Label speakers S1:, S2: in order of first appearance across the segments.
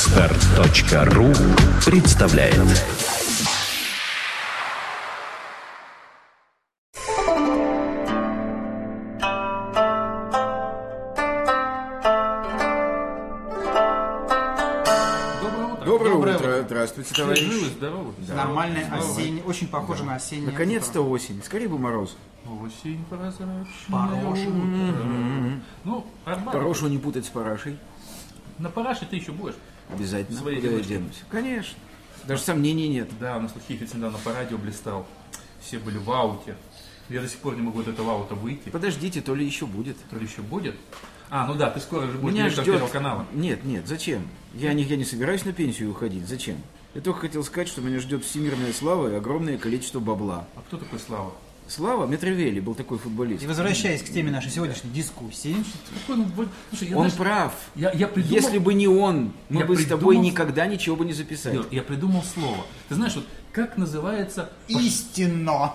S1: Отстар.ру представляет
S2: Доброе,
S3: Доброе
S2: утро.
S3: утро.
S2: Здравствуйте,
S3: Все живы,
S2: товарищи.
S3: здоровы.
S2: Нормальная
S3: Здорово.
S2: осенняя, очень похоже на осеннее.
S3: Наконец-то
S2: утро.
S3: осень. Скорее бы мороз.
S4: Осень прозрачная.
S2: Пароша.
S4: Мгм. Ну, Арман,
S3: Порошу не путать с парашей.
S4: на параше ты еще будешь?
S3: Обязательно.
S4: Свои
S3: Куда я
S4: девочки.
S3: денусь? Конечно. Даже сомнений нет.
S4: Да, у нас тут Хифиц недавно по радио блистал. Все были в ауте. Я до сих пор не могу от этого аута выйти.
S3: Подождите, то ли еще будет.
S4: То ли еще будет? А, ну да, ты скоро же будешь
S3: Меня
S4: директор
S3: ждет...
S4: Первого канала.
S3: Нет, нет, зачем? Я не, я не собираюсь на пенсию уходить. Зачем? Я только хотел сказать, что меня ждет всемирная слава и огромное количество бабла.
S4: А кто такой Слава?
S3: Слава Метривели был такой
S2: И
S3: футболист.
S2: возвращаясь к теме нашей сегодняшней дискуссии,
S4: Какой он... вот, Слушай, я,
S3: Он
S4: знаешь,
S3: прав.
S4: я, я придумал...
S3: Если бы не он, мы
S4: Я
S3: бы с тобой
S4: придумал-
S3: никогда ничего бы не записали.
S4: Лёр, я придумал слово. Ты знаешь, вот как называется...
S2: истинно,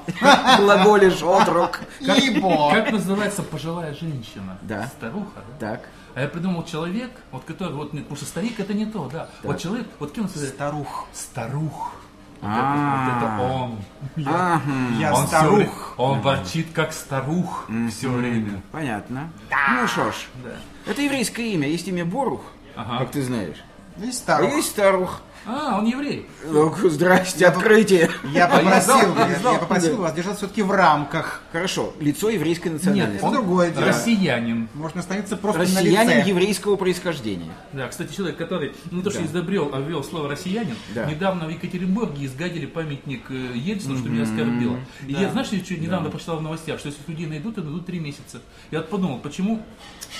S3: Глаголишь, отрук.
S2: ибо,
S4: Как называется пожилая женщина?
S3: Да.
S4: Старуха, да?
S3: Так.
S4: А я придумал человек, вот который, вот, нет, потому что старик это не то, да. Вот человек, вот кем он называется?
S2: старух,
S4: Старух. Вот это,
S3: А.
S4: вот это он.
S3: Ага.
S2: я
S4: он всё вре-
S2: А, старух.
S4: он ворчит как старух все время.
S3: Понятно. Ну что ж,
S4: Да.
S3: это еврейское имя. Есть имя Борух,
S4: Ага.
S3: как ты знаешь.
S2: И
S3: А
S2: старух.
S3: есть Старух.
S4: А, он еврей.
S3: Ну, Здрасте, открытие.
S2: Я
S4: знал,
S2: попросил,
S4: я
S2: я- я попросил вас держаться все-таки в рамках.
S3: Хорошо, лицо еврейской национальности.
S2: Это другое дело.
S4: Россиянин.
S2: Можно остановиться просто на
S3: Россиянин
S2: лице.
S3: еврейского происхождения.
S4: Да, кстати, человек, который не то что
S3: Да.
S4: изобрел, а ввел слово россиянин,
S3: Да.
S4: недавно в Екатеринбурге изгадили памятник э, Ельцину, что меня оскорбило. И я, знаешь, я чуть недавно почитал в новостях, что если людей найдут, то найдут три месяца. Я вот подумал, почему,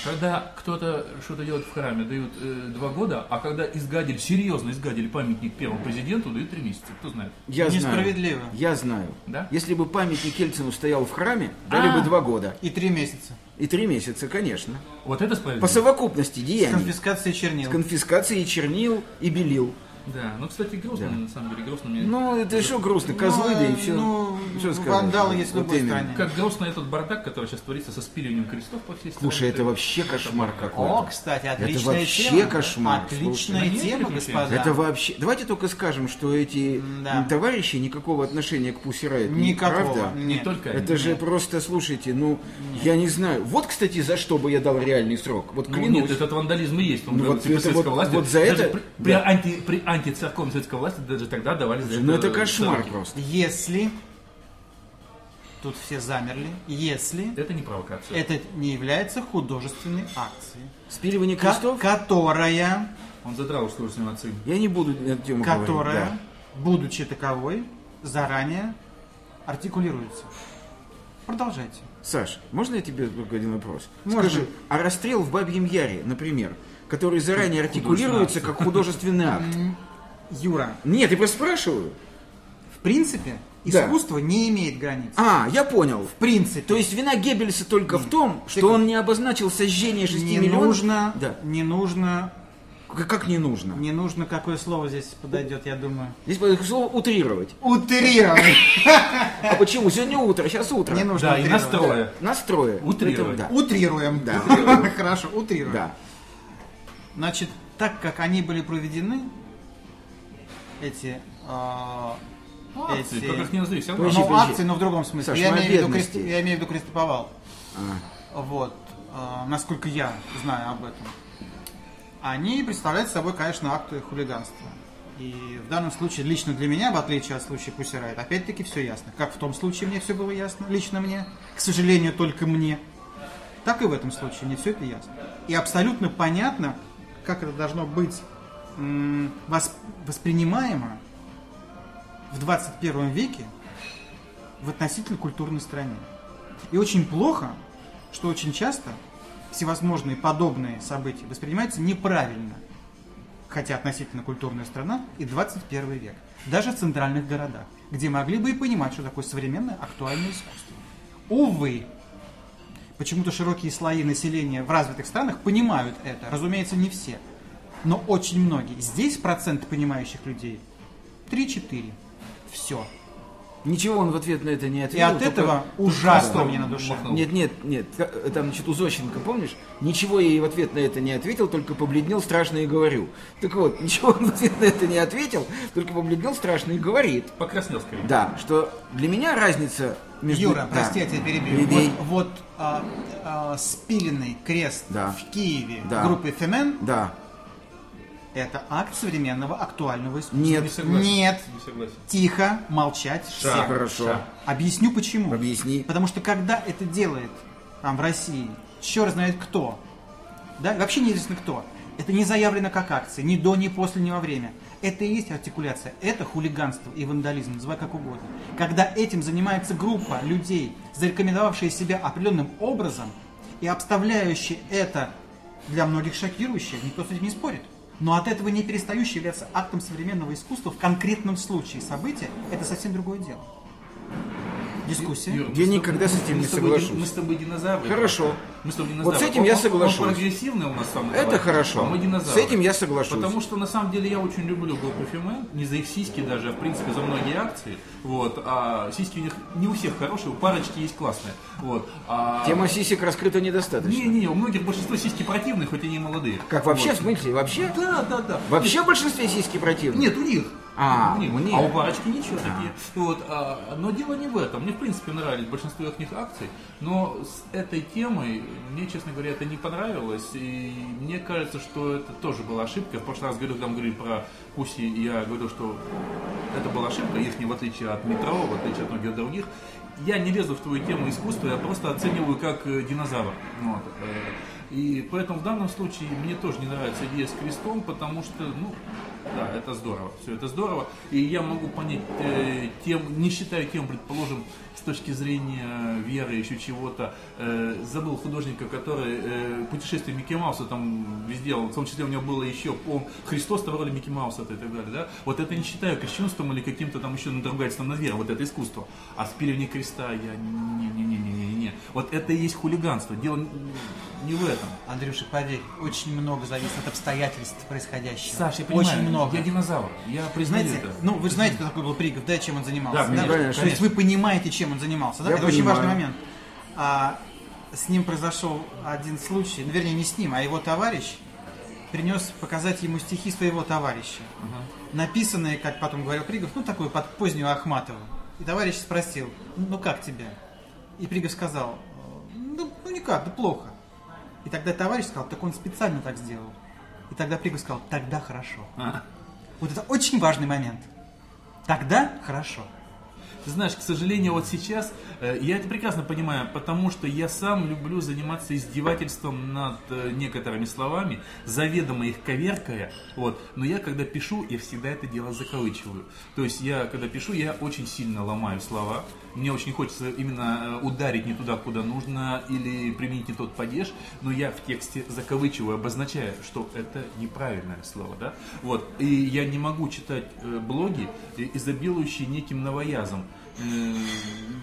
S4: когда кто-то что-то делает в храме, дают э, два года, а когда изгадили, серьезно изгадили памятник первому президенту, дают три месяца. Кто знает?
S3: Я знаю.
S2: Несправедливо.
S3: Я знаю.
S4: Да?
S3: Если бы памятник Ельцину стоял в храме, дали
S4: А.
S3: бы два года.
S2: И три месяца.
S3: И три месяца, конечно.
S4: Вот это
S3: По
S4: справедливо.
S3: совокупности
S2: С
S3: деяний.
S2: конфискацией чернил.
S3: Конфискации чернил и белил.
S4: Да, ну, кстати, грустно, мне, на самом деле, грустно мне.
S3: Ну, это еще грустно. Козлы, да и все.
S2: ну, вандалы есть в любой стране.
S4: Как грустно этот бардак, который сейчас творится со спиливанием крестов по всей стране.
S3: Слушай, это вообще кошмар
S2: О,
S3: какой-то.
S2: кстати, отличная
S3: вообще
S2: тема.
S3: кошмар,
S2: Отличная
S4: слушай.
S2: тема,
S4: Нет,
S2: господа.
S3: Это вообще. Давайте только скажем, что эти
S2: да.
S3: м, товарищи никакого отношения к Пусси Райт не-
S2: Никакого.
S3: Правда?
S4: Не
S2: Нет.
S4: только они.
S3: Это же просто, слушайте, ну, я не знаю. Вот, кстати, за что бы я дал реальный срок. Вот
S4: Ну,
S3: клянусь.
S4: нет, этот вандализм и есть. Он
S3: Ну,
S4: был
S3: вот
S4: типа
S3: это
S4: советской
S3: вот-
S4: власти.
S3: вот за
S4: Даже
S3: это-
S4: При, при анти, при антицерковной советской власти даже тогда давали за это...
S3: Ну,
S2: э,
S3: это кошмар
S4: сроки.
S3: просто.
S2: Если тут все замерли, если
S4: Это не провокация.
S2: это не является художественной акцией,
S3: Спиливание
S2: ко-
S3: крестов?
S2: которая,
S4: Он задрал уж тоже нацию.
S3: Я не буду на эту тему
S2: которая,
S3: говорить.
S2: будучи таковой, заранее артикулируется. Продолжайте.
S3: да. Саш, можно я тебе только один вопрос?
S2: Можно.
S3: Скажи, а расстрел в Бабьем Яре, например, который заранее артикулируется как художественный акт?
S2: Юра,
S3: Нет, я просто спрашиваю.
S2: в принципе,
S3: Да.
S2: искусство не имеет границ.
S3: А, я понял.
S2: В принципе,
S3: То есть вина Геббельса только в том, что он не обозначил сожжение 6
S2: не
S3: миллионов.
S2: нужно,
S3: Да.
S2: не нужно,
S3: К- Как не нужно?
S2: не нужно, какое слово здесь подойдет, я думаю.
S3: Здесь по- слово утрировать.
S2: Утрировать.
S3: А почему? Сегодня утро, сейчас утро.
S2: Не нужно
S4: Да, и
S2: утрировать.
S4: настроя.
S3: Настроя.
S4: Утрировать.
S3: Да.
S2: Утрируем, да. Хорошо, утрируем.
S3: да.
S2: Значит, так как они были проведены, эти, э,
S4: Акции,
S2: эти
S4: как их не назови, все равно.
S3: Подожди,
S2: ну,
S3: подожди.
S2: акции, но в другом смысле.
S3: Саш,
S2: я,
S3: мы о
S2: имею в виду
S3: бедности.
S2: кресто- я имею в виду крестоповал.
S3: А.
S2: Вот, э, насколько я знаю об этом. Они представляют собой, конечно, акты хулиганства. И в данном случае, лично для меня, в отличие от случая Pussy Riot, опять-таки все ясно. Как в том случае мне все было ясно, лично мне, к сожалению, только мне, так и в этом случае мне все это ясно. И абсолютно понятно, как это должно быть м, восп- воспринимаемо в 21 веке в относительно культурной стране. И очень плохо, что очень часто всевозможные подобные события воспринимаются неправильно, хотя относительно культурная страна и 21 век, даже в центральных городах, где могли бы и понимать, что такое современное актуальное искусство. Увы, почему-то широкие слои населения в развитых странах понимают это, разумеется, не все, но очень многие. Здесь процент понимающих людей 3-4. Все.
S3: Ничего он в ответ на это не
S2: И
S3: ответил.
S2: от
S3: только-
S2: этого ужасно
S3: Потом
S2: мне на душе.
S4: махнул.
S3: Нет, нет, нет, Ка- там, значит, Узощенко, помнишь? Ничего я ей в ответ на это не ответил, только побледнел страшно и говорю. Так вот, ничего он в ответ на это не ответил, только побледнел страшно и говорит.
S4: Покраснел скорее.
S3: Да, что для меня разница между... Да.
S2: Юра, прости, я тебя перебью.
S3: Перебей.
S2: Вот, вот, а, а, спиленный крест
S3: Да.
S2: в Киеве
S3: Да.
S2: группы Фемен
S3: Да,
S2: это акт современного актуального искусства.
S4: Не
S3: нет,
S4: согласен.
S2: Нет.
S4: Не согласен.
S2: Тихо, молчать. всем.
S4: Шаг.
S3: хорошо,
S4: Ша.
S2: Объясню почему.
S3: объясни.
S2: Потому что когда это делает там в России, черт знает кто, да, и вообще неизвестно кто, это не заявлено как акция, ни до, ни после, ни во время. Это и есть артикуляция, это хулиганство и вандализм, называй как угодно. Когда этим занимается группа людей, зарекомендовавшие себя определенным образом и обставляющие это для многих шокирующее, никто с этим не спорит. Но от этого не перестающий являться актом современного искусства в конкретном случае события, это совсем другое дело. Дискуссия.
S4: Юра, Ну, мы
S3: Я
S4: с тобой-
S3: никогда с этим
S4: мы
S3: не
S4: тобой дин-
S3: соглашусь.
S4: Мы с тобой динозавры.
S3: Хорошо.
S4: Мы с тобой
S3: Вот
S4: динозавры.
S3: с этим я
S4: Он- он-
S3: соглашусь.
S4: Он прогрессивный у нас самый.
S3: Это
S4: главный,
S3: хорошо.
S4: а мы
S3: С
S4: динозавры.
S3: этим я соглашусь.
S4: Потому что на самом деле я очень люблю группу Фимен, не за их сиськи даже, а, в принципе, за многие акции. Вот, а сиськи у них не у всех хорошие, у парочки есть классные. Вот, а...
S3: Тема сисек раскрыта недостаточно.
S4: Не, не, у многих большинство сиськи противные, хоть они и молодые.
S3: Как вообще, в смысле, вообще?
S4: Да, да, да.
S3: Вообще в большинстве сиськи противны?
S4: Нет, у них.
S3: А,
S2: Ну,
S4: у них.
S3: у них.
S4: А у парочки ничего такие. Вот, а, но дело не в этом. Мне, в принципе, нравились большинство их акций, но с этой темой мне, честно говоря, это не понравилось. И мне кажется, что это тоже была ошибка. В прошлый раз, говорю, там говорили про Куси, и я говорю, что это была ошибка, если в отличие от метро, в отличие от многих других. Я не лезу в твою тему искусства, я просто оцениваю как э, динозавр. Вот. э. И поэтому в данном случае мне тоже не нравится идея с крестом, потому что, ну, да, это здорово, все это здорово. И я могу понять э, тем, не считаю тем, предположим, с точки зрения э, веры, еще чего-то. Э, забыл художника, который э, путешествие Микки Мауса там везде, в том числе у него было еще, по Христос там роли Микки Мауса и так далее, да? Вот это не считаю крещенством или каким-то там еще надругательством над верой, вот это искусство. А спиливание креста я не-не-не-не-не-не. Вот это и есть хулиганство, дело н- не в этом.
S2: Андрюша, поверь, очень много зависит от обстоятельств происходящего.
S4: Саш, я понимаю,
S2: Очень много.
S4: я динозавр, я признаю
S2: Знаете,
S4: это.
S2: ну вы же знаете, кто такой был Пригов, да, чем он занимался.
S4: Да, конечно,
S2: То есть вы понимаете, чем он занимался, да?
S3: Я
S2: Это очень
S3: понимаю.
S2: важный момент. А, с ним произошел один случай, ну, вернее, не с ним, а его товарищ принес показать ему стихи своего товарища, написанные, как потом говорил Пригов, ну такой под позднего Ахматова. И товарищ спросил, ну как тебя? И Пригов сказал, ну, ну никак, да плохо. И тогда товарищ сказал, так он специально так сделал. И тогда Пригов сказал, тогда хорошо.
S4: А.
S2: Вот это очень важный момент. Тогда хорошо.
S4: Ты знаешь, к сожалению, вот сейчас э, я это прекрасно понимаю, потому что я сам люблю заниматься издевательством над э, некоторыми словами, заведомо их коверкая. Вот. Но я, когда пишу, я всегда это дело заколычиваю. То есть я, когда пишу, я очень сильно ломаю слова. Мне очень хочется именно э, ударить не туда, куда нужно, или применить не тот падеж, но я в тексте закавычиваю, обозначаю, что это неправильное слово, да? Вот, и я не могу читать э, блоги, э, изобилующие неким новоязом. Э,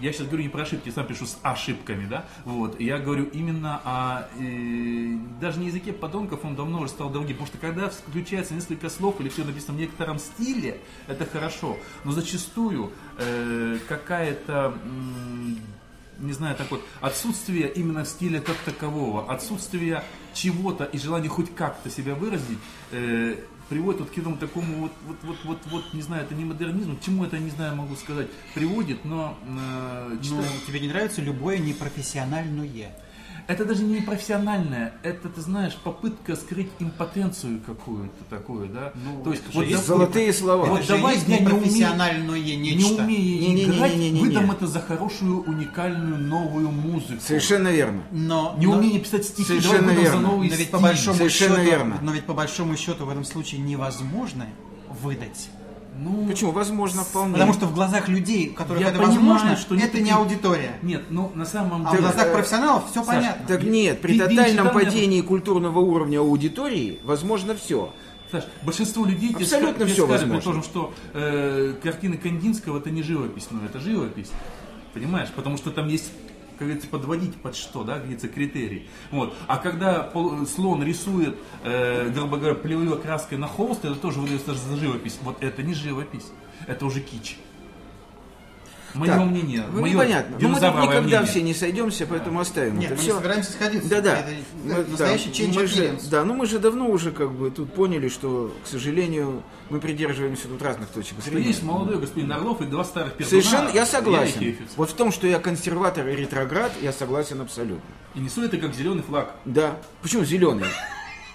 S4: Я сейчас говорю не про ошибки, сам пишу с ошибками, да? Вот, я говорю именно о... э, даже не языке подонков, он давно уже стал другим, потому что когда включается несколько слов или все написано в некотором стиле, это хорошо, но зачастую э, какая-то... м, не знаю, так вот, отсутствие именно стиля как такового, отсутствие чего-то и желание хоть как-то себя выразить, э, приводит вот к этому такому вот, вот, вот, вот, вот, не знаю, это не модернизм, к чему это, не знаю, могу сказать, приводит, но э,
S2: Ну,
S4: читаю-
S2: тебе не нравится любое непрофессиональное.
S4: это даже не профессиональное, это, ты знаешь, попытка скрыть импотенцию какую-то такую, да?
S2: Ну,
S4: То есть, вот,
S3: Есть
S4: допу-
S3: золотые слова.
S4: Вот
S2: Это же
S4: давай
S2: есть
S4: я не умею-
S2: непрофессиональное
S4: не
S2: нечто.
S4: умея
S3: Не-не-не-не-не-не.
S4: играть, выдам это за хорошую, уникальную, новую музыку.
S3: Совершенно верно.
S2: Но,
S4: Не
S2: но-
S4: умение писать стихи,
S3: Совершенно
S4: давай выдам за
S3: верно.
S4: новый
S2: но ведь по
S4: стиль.
S2: большому
S3: Совершенно
S2: счету,
S3: верно.
S2: но ведь по большому счету в этом случае невозможно выдать.
S4: Ну,
S3: Почему? Возможно, вполне.
S2: Потому что в глазах людей, у которых
S4: Я
S2: это
S4: понимаю,
S2: возможно,
S4: что не
S2: это не
S4: такие-
S2: аудитория.
S4: Нет, ну Э, на самом
S2: А в
S4: деле.
S2: глазах профессионалов все
S4: Саш,
S2: понятно.
S3: Так нет, при
S4: Ты- ты не
S3: тотальном
S4: читал, наверное?
S3: падении культурного уровня аудитории возможно все.
S4: Саш, большинство людей тебе
S3: Абсолютно
S4: ска- тебе
S3: всё
S4: скажут,
S3: возможно.
S4: предположим, что э, картина Кандинского это не живопись, но это живопись. Понимаешь? Потому что там есть как говорится, подводить под что, да, как говорится, критерий. Вот. А когда пол- слон рисует, э, грубо говоря, плевой краской на холст, это тоже выдается за живопись. Вот это не живопись, это уже кич.
S5: Моего мнения.
S3: Ну,
S5: моё
S3: непонятно. Но мы тут
S5: динозавровое
S3: никогда
S5: мнение.
S3: все не сойдемся, поэтому оставим
S2: Нет,
S3: это
S2: мы
S3: все.
S2: не собираемся сходиться.
S3: Да, да.
S2: Это э,
S3: Мы- да,
S2: настоящий change
S3: мы же-
S2: experience.
S3: Да, ну мы же давно уже как бы тут поняли, что, к сожалению, мы придерживаемся тут разных точек зрения.
S5: Есть молодой господин Орлов и два старых пердуна.
S3: Совершенно, я
S5: и
S3: согласен.
S5: Хейфиц.
S3: Вот в том, что я консерватор и ретроград, я согласен абсолютно.
S5: И несу это как зеленый флаг.
S3: Да. Почему зеленый?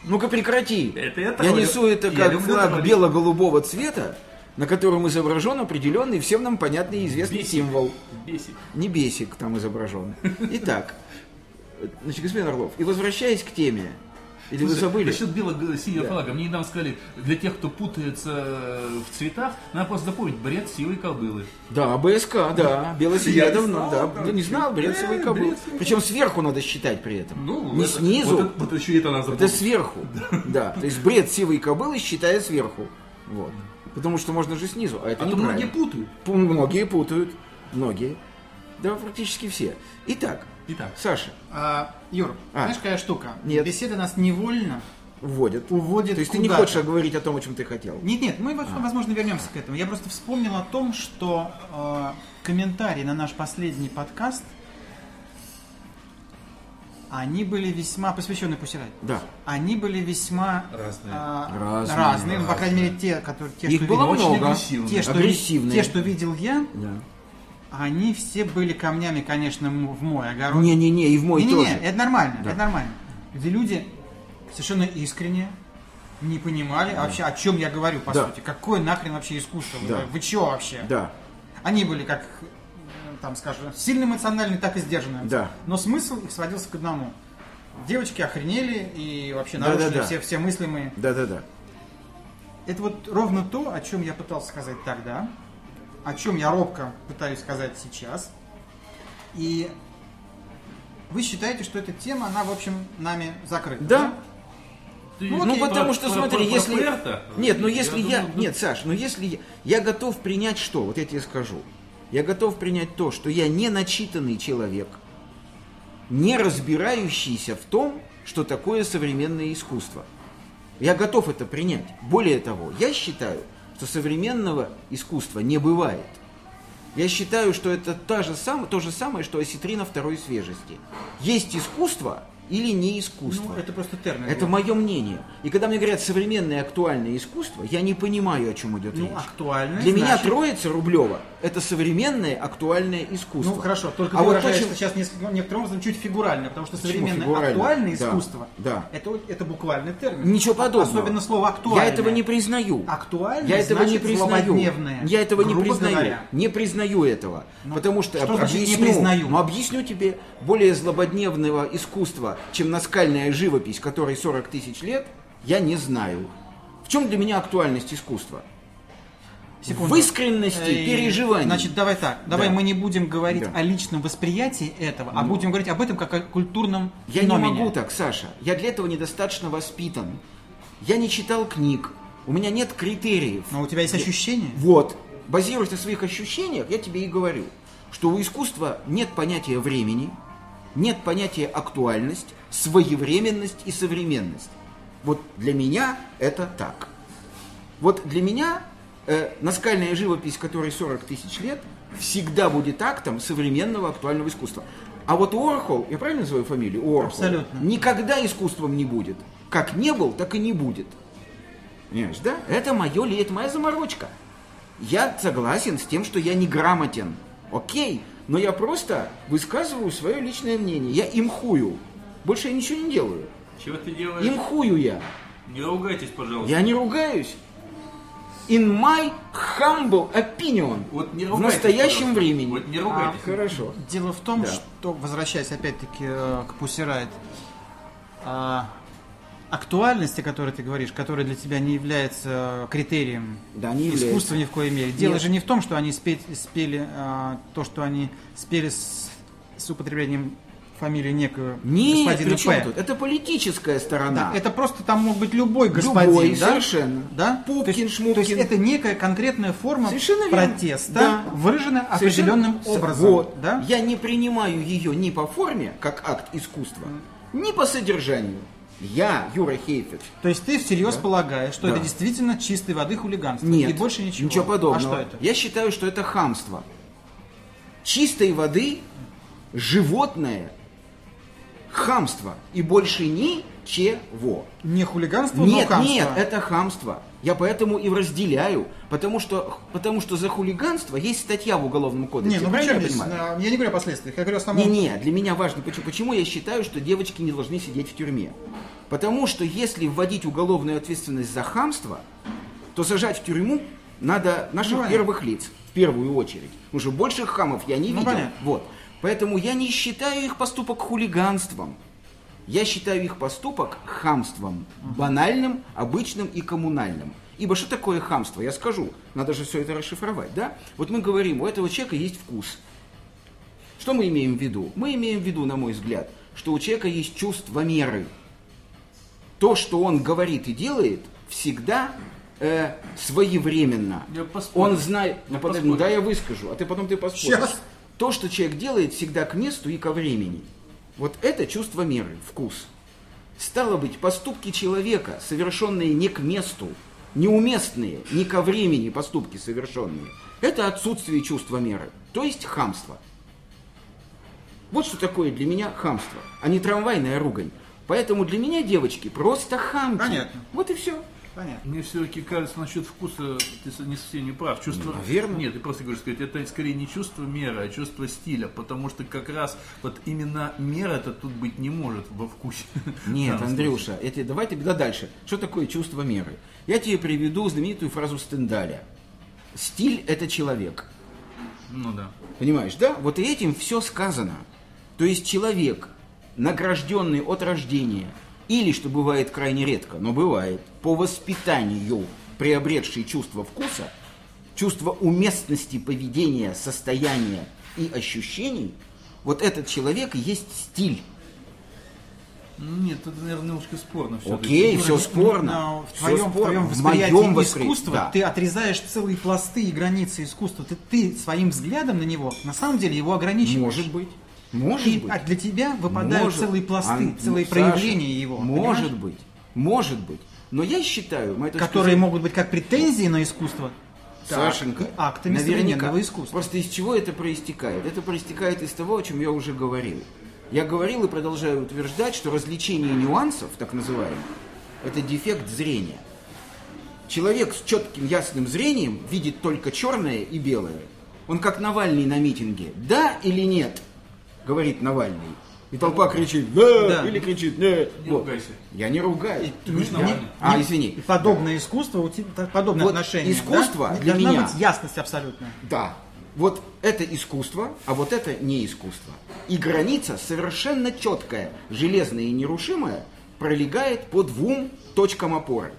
S3: Ну-ка прекрати.
S5: Это я
S3: я
S5: троллю.
S3: несу это
S5: Я
S3: как
S5: люблю
S3: флаг
S5: троллить.
S3: бело-голубого цвета, на котором изображен определенный, всем нам понятный и известный
S5: Бесик.
S3: символ.
S5: Бесит.
S3: Не бесик там изображен. Итак, значит, господин Орлов, и возвращаясь к теме, или вы
S5: Слушай,
S3: забыли?
S5: Насчет бело-синего
S3: Да.
S5: флага. Мне недавно сказали, для тех, кто путается э, в цветах, надо просто запомнить бред силы кобылы.
S3: Да, БСК, да, белосинья
S5: Я не знал,
S3: давно, да.
S5: да.
S3: Ну, не знал, брецевый
S5: Э,
S3: кобыл.
S5: брецовый
S3: Причем сверху надо считать при этом. Ну, не
S5: это-
S3: снизу,
S5: Вот, это- вот еще и это надо
S3: это
S5: запомнить.
S3: сверху. Да, то есть бред сивой кобылы считая сверху. Вот. Потому что можно же снизу, а это
S5: А то
S3: неправильно.
S5: многие путают.
S3: Пу- Многие путают. Многие. Да, практически все. Итак,
S5: Итак,
S3: Саша
S2: А, Юр,
S3: А.
S2: знаешь, какая штука?
S3: Нет.
S2: Беседа нас невольно
S3: вводит.
S2: уводит
S3: То есть ты не
S2: куда-то.
S3: хочешь говорить о том, о чем ты хотел.
S2: Нет, нет, мы,
S3: А.
S2: воз- возможно, вернемся к этому. Я просто вспомнил о том, что э, комментарии на наш последний подкаст, они были весьма, посвященные Пусирай,
S3: Да.
S2: они были весьма
S5: Разные.
S2: а,
S3: Разные,
S2: разные, ну, по крайней мере, те, которые, те,
S3: Их
S2: что
S3: было
S2: видел,
S5: очень
S3: много.
S5: агрессивно.
S2: те, что, ви-
S3: агрессивные.
S2: те, что видел я,
S3: Да.
S2: они все были камнями, конечно, м- в мой огород.
S3: Не-не-не, и в мой
S2: Не-не-не,
S3: тоже.
S2: это нормально,
S3: Да.
S2: это нормально. Где люди совершенно искренне не понимали вообще, о чем я говорю, по
S3: Да.
S2: сути. Какое нахрен вообще искусство? Вы-
S3: Да.
S2: Вы чё вообще?
S3: Да.
S2: Они были как, э, там скажем, сильно эмоциональные, так и сдержанные.
S3: Да.
S2: Но смысл их сводился к одному. Девочки охренели и вообще
S3: Да-да-да.
S2: нарушили все, все мыслимые.
S3: Да-да-да.
S2: Это вот ровно то, о чем я пытался сказать тогда, о чем я робко пытаюсь сказать сейчас. И вы считаете, что эта тема, она, в общем, нами закрыта.
S3: Да,
S5: ты-
S3: Ну,
S5: ты
S3: потому
S5: про-
S3: что,
S5: про-
S3: смотри,
S5: про- про
S3: если...
S5: Пуэрто?
S3: Нет, ну если я...
S5: думаю,
S3: Нет, Саш, ну если я... Я готов принять что? Вот я тебе скажу. Я готов принять то, что я не начитанный человек, не разбирающийся в том, что такое современное искусство. Я готов это принять. Более того, я считаю, что современного искусства не бывает. Я считаю, что это та же сам- то же самое, что осетрина второй свежести. Есть искусство или не искусство.
S2: Ну, это просто термин.
S3: Это мое мнение. И когда мне говорят современное актуальное искусство, я не понимаю, о чем идет речь.
S2: Ну, актуально.
S3: Для меня
S2: значит-
S3: Троица Рублева это современное актуальное искусство.
S2: Ну, хорошо, только
S3: а
S2: ты
S3: вот то,
S2: выражаешься
S3: чем-
S2: сейчас несколько- некоторым образом чуть фигурально, потому что
S3: Почему
S2: современное
S3: фигурально?
S2: актуальное
S3: Да,
S2: искусство
S3: да.
S2: Это, это буквальный термин.
S3: Ничего подобного.
S2: Особенно слово актуальное.
S3: Я этого не признаю.
S2: Актуальное
S3: Я этого не
S2: значит
S3: признаю.
S2: злободневное,
S3: Я этого не
S2: грубо
S3: признаю.
S2: говоря.
S3: Не признаю этого.
S2: Ну,
S3: потому что,
S2: что значит не
S3: объясню,
S2: признаю?
S3: Ну, объясню тебе, более злободневного искусства, чем наскальная живопись, которой 40 тысяч лет, я не знаю. В чем для меня актуальность искусства?
S2: Секунду.
S3: В искренности
S2: Э,
S3: переживаний.
S2: Значит, давай так. Давай
S3: Да.
S2: мы не будем говорить
S3: Да. Ну.
S2: о личном восприятии этого, а будем говорить об этом как о культурном
S3: Я
S2: феномене.
S3: не могу так, Саша. Я для этого недостаточно воспитан. Я не читал книг. У меня нет критериев.
S2: Но у тебя есть ощущение?
S3: Вот. Базируясь на своих ощущениях, я тебе и говорю, что у искусства нет понятия времени, нет понятия актуальность, своевременность и современность. Вот для меня это так. Вот для меня э, наскальная живопись, которой 40 тысяч лет, всегда будет актом современного актуального искусства. А вот Орхол, я правильно называю фамилию? Орхол.
S2: Абсолютно.
S3: Никогда искусством не будет. Как не был, так и не будет. Понимаешь, да? Это мое ли, это моя заморочка. Я согласен с тем, что я неграмотен. Окей, но я просто высказываю свое личное мнение. Я имхую. Больше я ничего не делаю.
S4: Чего ты делаешь?
S3: Имхую я.
S4: Не ругайтесь, пожалуйста.
S3: Я не ругаюсь. In my humble opinion.
S4: Вот не
S3: в
S4: ругайтесь,
S3: настоящем
S4: пожалуйста.
S3: времени.
S4: Вот не
S3: А,
S4: ругайтесь.
S3: хорошо.
S2: Дело в том,
S3: Да.
S2: что, возвращаясь опять-таки э, к Pussy Riot, а, актуальность, о которой ты говоришь, которая для тебя не является э, критерием
S3: Да, не является.
S2: искусства ни в коей мере. Дело
S3: Нет.
S2: же не в том, что они спе- спели а, то, что они спели с, с употреблением фамилии некого
S3: Нет,
S2: господина
S3: при чем
S2: П.
S3: тут? Это политическая сторона.
S2: Да, Это просто там мог быть любой господин,
S3: Любой,
S2: да?
S3: совершенно.
S2: Да?
S3: Пупкин,
S2: то есть,
S3: Шмупкин.
S2: То есть это некая конкретная форма
S3: Совершенно верно.
S2: протеста,
S3: Да.
S2: выраженная
S3: Совершенно-
S2: определенным
S3: Со-
S2: образом.
S3: Вот.
S2: Да?
S3: Я не принимаю ее ни по форме, как акт искусства, ни по содержанию. Я, Юра Хейфец,
S2: То есть ты всерьез полагаешь, что
S3: Да.
S2: это действительно чистой воды хулиганство?
S3: нет.
S2: И больше ничего?
S3: Ничего подобного.
S2: А что это?
S3: Я считаю, что это хамство. чистой воды животное хамство и больше ничего.
S2: Не хулиганство, но
S3: Нет,
S2: хамство.
S3: нет, это хамство. Я поэтому и разделяю, потому что, потому что за хулиганство есть статья в Уголовном кодексе.
S2: Не, ну при
S3: правильно
S2: чем
S3: я
S2: здесь?
S3: понимаю?
S2: На- Я не говорю о последствиях, я говорю о самом...
S3: Не-не, для меня важно, почему, почему я считаю, что девочки не должны сидеть в тюрьме. Потому что если вводить уголовную ответственность за хамство, то сажать в тюрьму надо наших
S2: Ну, понятно.
S3: первых лиц, в первую очередь. Потому что больших хамов я не
S2: Ну,
S3: видел.
S2: понятно.
S3: Вот. Поэтому я не считаю их поступок хулиганством. Я считаю их поступок хамством. Банальным, обычным и коммунальным. Ибо что такое хамство? Я скажу. Надо же все это расшифровать, да? Вот мы говорим, у этого человека есть вкус. Что мы имеем в виду? Мы имеем в виду, на мой взгляд, что у человека есть чувство меры. То, что он говорит и делает, всегда э, своевременно.
S5: Я поспорю.
S3: он знает. Ну, подожди, ну, да, я выскажу, а ты потом ты поспоришь.
S2: Щас.
S3: То, что человек делает, всегда к месту и ко времени. Вот это чувство меры, вкус. Стало быть, поступки человека, совершенные не к месту, неуместные, не ко времени поступки совершенные, это отсутствие чувства меры, то есть хамство. Вот что такое для меня хамство, а не трамвайная ругань. Поэтому для меня девочки просто хамки.
S2: Понятно.
S3: Вот и все.
S2: Понятно.
S4: Мне все-таки кажется, насчет вкуса ты с- не совсем не прав. Чувство...
S3: Наверно.
S4: Нет, ты просто говоришь, сказать, это скорее не чувство меры, а чувство стиля. Потому что как раз вот именно мера-то тут быть не может во вкусе.
S3: Нет,
S4: Да,
S3: Андрюша, это, давай ты да, дальше. Что такое чувство меры? Я тебе приведу знаменитую фразу Стендаля. Стиль – это человек.
S4: Ну да.
S3: Понимаешь, да? Вот и этим все сказано. То есть человек, награжденный от рождения, или, что бывает крайне редко, но бывает, по воспитанию приобретший чувство вкуса, чувство уместности поведения, состояния и ощущений, вот этот человек и есть стиль.
S2: Ну,
S4: Нет, это, наверное, немножко спорно все.
S3: Окей, все спорно.
S2: Но Ну, в
S3: всё
S2: твоем, в
S3: спорно.
S2: твоем
S3: В
S2: восприятии
S3: моём воспри-
S2: искусства
S3: да.
S2: ты отрезаешь целые пласты и границы искусства. Ты, ты своим взглядом на него, на самом деле, его ограничиваешь.
S3: Может быть. Может
S2: И
S3: быть.
S2: а для тебя выпадают
S3: Может.
S2: целые пласты,
S3: Ан- ну,
S2: целые
S3: Саша,
S2: проявления его.
S3: Может
S2: понимаешь?
S3: быть. Может быть. Но я считаю, моя точка
S2: Которые
S3: зрения-
S2: могут быть как претензии на искусство. так
S3: Сашенька,
S2: и актами современного искусства.
S3: Просто из чего это проистекает? Это проистекает из того, о чем я уже говорил. Я говорил и продолжаю утверждать, что развлечение нюансов, так называемых, это дефект зрения. Человек с четким ясным зрением видит только черное и белое. Он как Навальный на митинге. Да или нет? Говорит Навальный. И толпа кричит «да»,
S2: Да.
S3: или кричит «нет».
S4: Не ругайся.
S3: Я не ругаюсь.
S2: Ну,
S4: же
S2: не-
S4: нормально.
S3: А,
S2: не-
S3: извини.
S2: и Подобное искусство, у тебя, подобное
S3: Вот
S2: отношение.
S3: искусство
S2: да?
S3: для
S2: Должна
S3: меня-
S2: быть ясность абсолютно.
S3: Да. Вот это искусство, а вот это не искусство. И граница совершенно четкая, железная и нерушимая, пролегает по двум точкам опоры.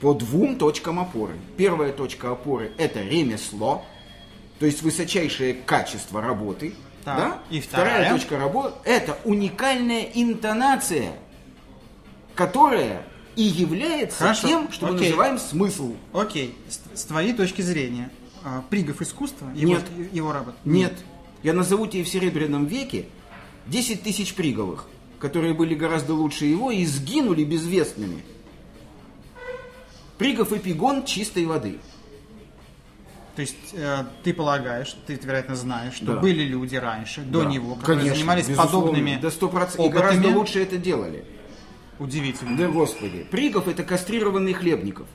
S3: По двум точкам опоры. Первая точка опоры – это ремесло, то есть высочайшее качество работы.
S2: Так.
S3: Да?
S2: И
S3: вторая
S2: вторая?
S3: точка работы – это уникальная интонация, которая и является
S2: Хорошо.
S3: тем, что мы
S2: Окей.
S3: называем смысл.
S2: Окей, с, с твоей точки зрения, а, Пригов искусство, его,
S3: Нет.
S2: его работа?
S3: Нет. Я назову тебе в Серебряном веке 10 тысяч приговых, которые были гораздо лучше его и сгинули безвестными. Пригов и Пигон чистой воды.
S2: То есть э, ты полагаешь, ты вероятно знаешь, что
S3: Да.
S2: были люди раньше, до
S3: Да,
S2: него, которые
S3: конечно,
S2: занимались
S3: безусловно.
S2: подобными
S3: Да 100%. И
S2: опытами.
S3: гораздо лучше это делали.
S2: Удивительно.
S3: Да господи. Пригов это кастрированный хлебников.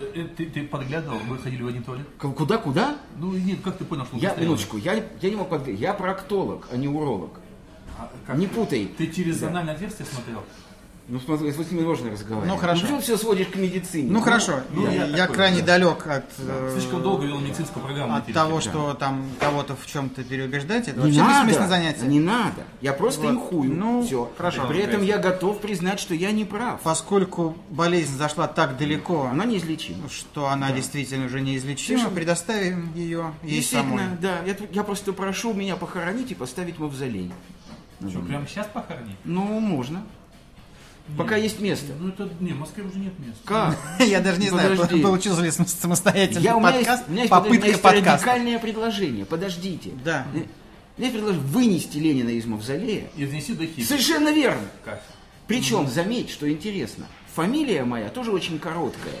S4: Э, э, Ты, ты подглядывал, вы ходили в один туалет?
S3: Куда-куда?
S4: Ну, нет, как ты понял, что он
S3: Я,
S4: постоянно?
S3: минуточку, я, я не мог подг- Я проктолог, а не уролог.
S4: А как?
S3: Не путай.
S4: Ты через анальное отверстие смотрел?
S3: Ну смотри, с этим можно разговаривать.
S2: Ну, хорошо.
S3: Ну, все сводишь к медицине.
S2: Ну хорошо,
S4: ну,
S2: я,
S4: я
S2: я
S4: такой,
S2: крайне
S4: да.
S2: далек от, э,
S4: Слишком долго вел медицинскую программу. на
S2: от
S4: телевизоре.
S2: того, что там кого-то в чем-то переубеждать, это
S3: Не
S2: вообще бессмысленное
S3: надо,
S2: занятие.
S3: не надо. Я просто
S2: Вот.
S3: им хую.
S2: Ну,
S3: все.
S2: хорошо.
S3: При этом я готов признать, что я не прав.
S2: Поскольку болезнь зашла так далеко,
S3: Она неизлечима.
S2: что она действительно уже неизлечима,
S3: Совершенно.
S2: предоставим ее ей самой.
S3: ну, Действительно, да. Я, тут- я просто прошу меня похоронить и поставить мавзолей.
S4: Что, прямо сейчас похоронить?
S3: Ну, можно. Пока есть место.
S4: Ну, это, не, в Москве уже нет места.
S3: Как?
S2: Я даже не знаю,
S3: Подожди.
S2: получился ли сам- самостоятельный
S3: Я, у меня есть,
S2: подкаст,
S3: у меня есть, подожди, у меня
S2: попытка
S3: есть
S2: подкаста.
S3: радикальное предложение. Подождите.
S2: Да.
S3: Э, Я предложил вынести Ленина из мавзолея.
S4: Изнеси до хит.
S3: Совершенно верно.
S4: Как?
S3: Причем, заметь, что интересно, фамилия моя тоже очень короткая.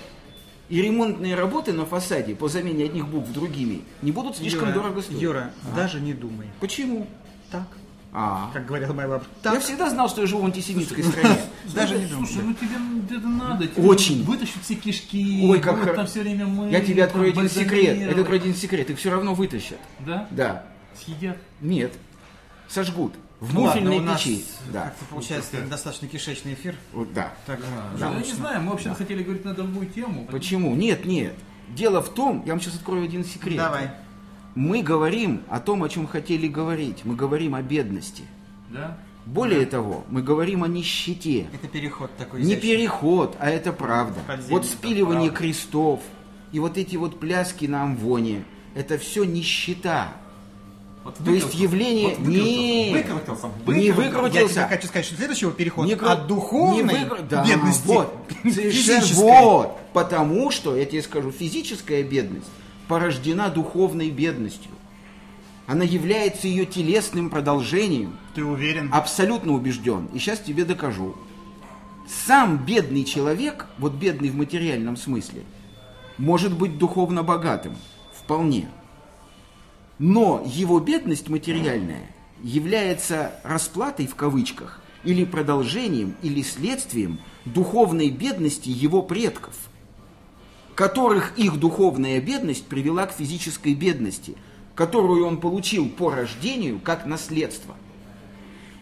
S3: И ремонтные работы на фасаде по замене одних букв другими не будут слишком
S2: Юра,
S3: дорого стоить.
S2: Юра, даже не думай.
S3: Почему?
S2: Так.
S3: А.
S2: Как говорила моя бабушка.
S3: Я всегда знал, что я живу в антисемитской стране.
S2: Даже не думай.
S5: Слушай, ну тебе это надо. тебе
S3: Очень.
S5: Вытащить все кишки.
S3: Ой, как
S5: будут
S3: хор-
S5: там все время мы.
S3: Я тебе открою один секрет. Я тебе открою один секрет. Их все равно вытащат.
S5: Да?
S3: Да.
S5: Съедят.
S3: Нет. Сожгут. В
S2: Ну ладно,
S3: муфельной
S2: у нас
S3: печи. Да. Ну,
S2: Как-то получается недостаточно кишечный эфир.
S3: Вот, да.
S2: Так,
S5: Да, я не знаю, мы вообще-то хотели говорить на другую тему.
S3: Почему? Нет, нет. Дело в том, я вам сейчас открою один секрет.
S2: давай.
S3: Мы говорим о том, о чем хотели говорить. Мы говорим о бедности.
S5: Да?
S3: Более того, мы говорим о нищете.
S2: Это переход такой.
S3: Не
S2: изящный.
S3: переход, а это правда.
S2: Подземный,
S3: вот
S2: да,
S3: спиливание
S2: правда.
S3: крестов и вот эти вот пляски на амвоне, это все нищета.
S4: Вот
S3: То есть
S4: выкрутился.
S3: явление...
S4: Вот
S3: не...
S4: Выкрутился.
S3: не
S2: Я
S3: выкрутился.
S2: тебе хочу сказать, что следующего перехода
S3: Не кру-
S2: от духовной
S3: не выкру- да,
S2: бедности
S3: Вот,
S2: к
S3: совершенно-
S2: физической.
S3: вот, потому что, я тебе скажу, физическая бедность порождена духовной бедностью. Она является ее телесным продолжением.
S2: Ты уверен?
S3: Абсолютно убежден. И сейчас тебе докажу. Сам бедный человек, вот бедный в материальном смысле, может быть духовно богатым. Вполне. Но его бедность материальная является расплатой в кавычках или продолжением, или следствием духовной бедности его предков, которых их духовная бедность привела к физической бедности, которую он получил по рождению как наследство.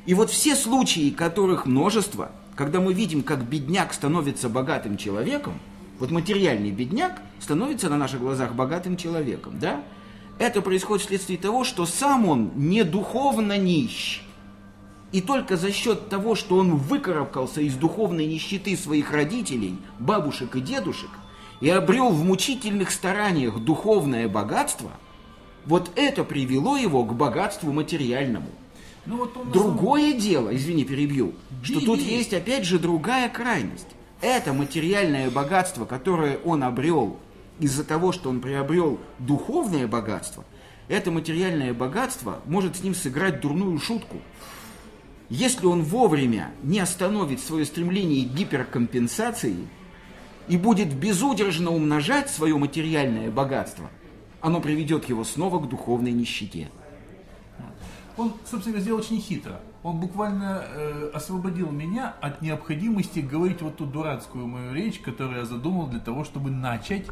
S3: И вот все случаи, которых множество, когда мы видим, как бедняк становится богатым человеком, вот материальный бедняк становится на наших глазах богатым человеком, да? Это происходит вследствие того, что сам он не духовно нищ. И только за счет того, что он выкарабкался из духовной нищеты своих родителей, бабушек и дедушек, и обрел в мучительных стараниях духовное богатство, вот это привело его к богатству материальному.
S5: Ну вот он на самом-
S3: Другое дело, извини, перебью, что
S5: Бери.
S3: тут есть опять же другая крайность. Это материальное богатство, которое он обрел из-за того, что он приобрел духовное богатство, это материальное богатство может с ним сыграть дурную шутку. Если он вовремя не остановит свое стремление к гиперкомпенсации и будет безудержно умножать свое материальное богатство, оно приведет его снова к духовной нищете.
S4: Он, собственно говоря, сделал очень хитро. Он буквально э, освободил меня от необходимости говорить вот ту дурацкую мою речь, которую я задумал для того, чтобы начать.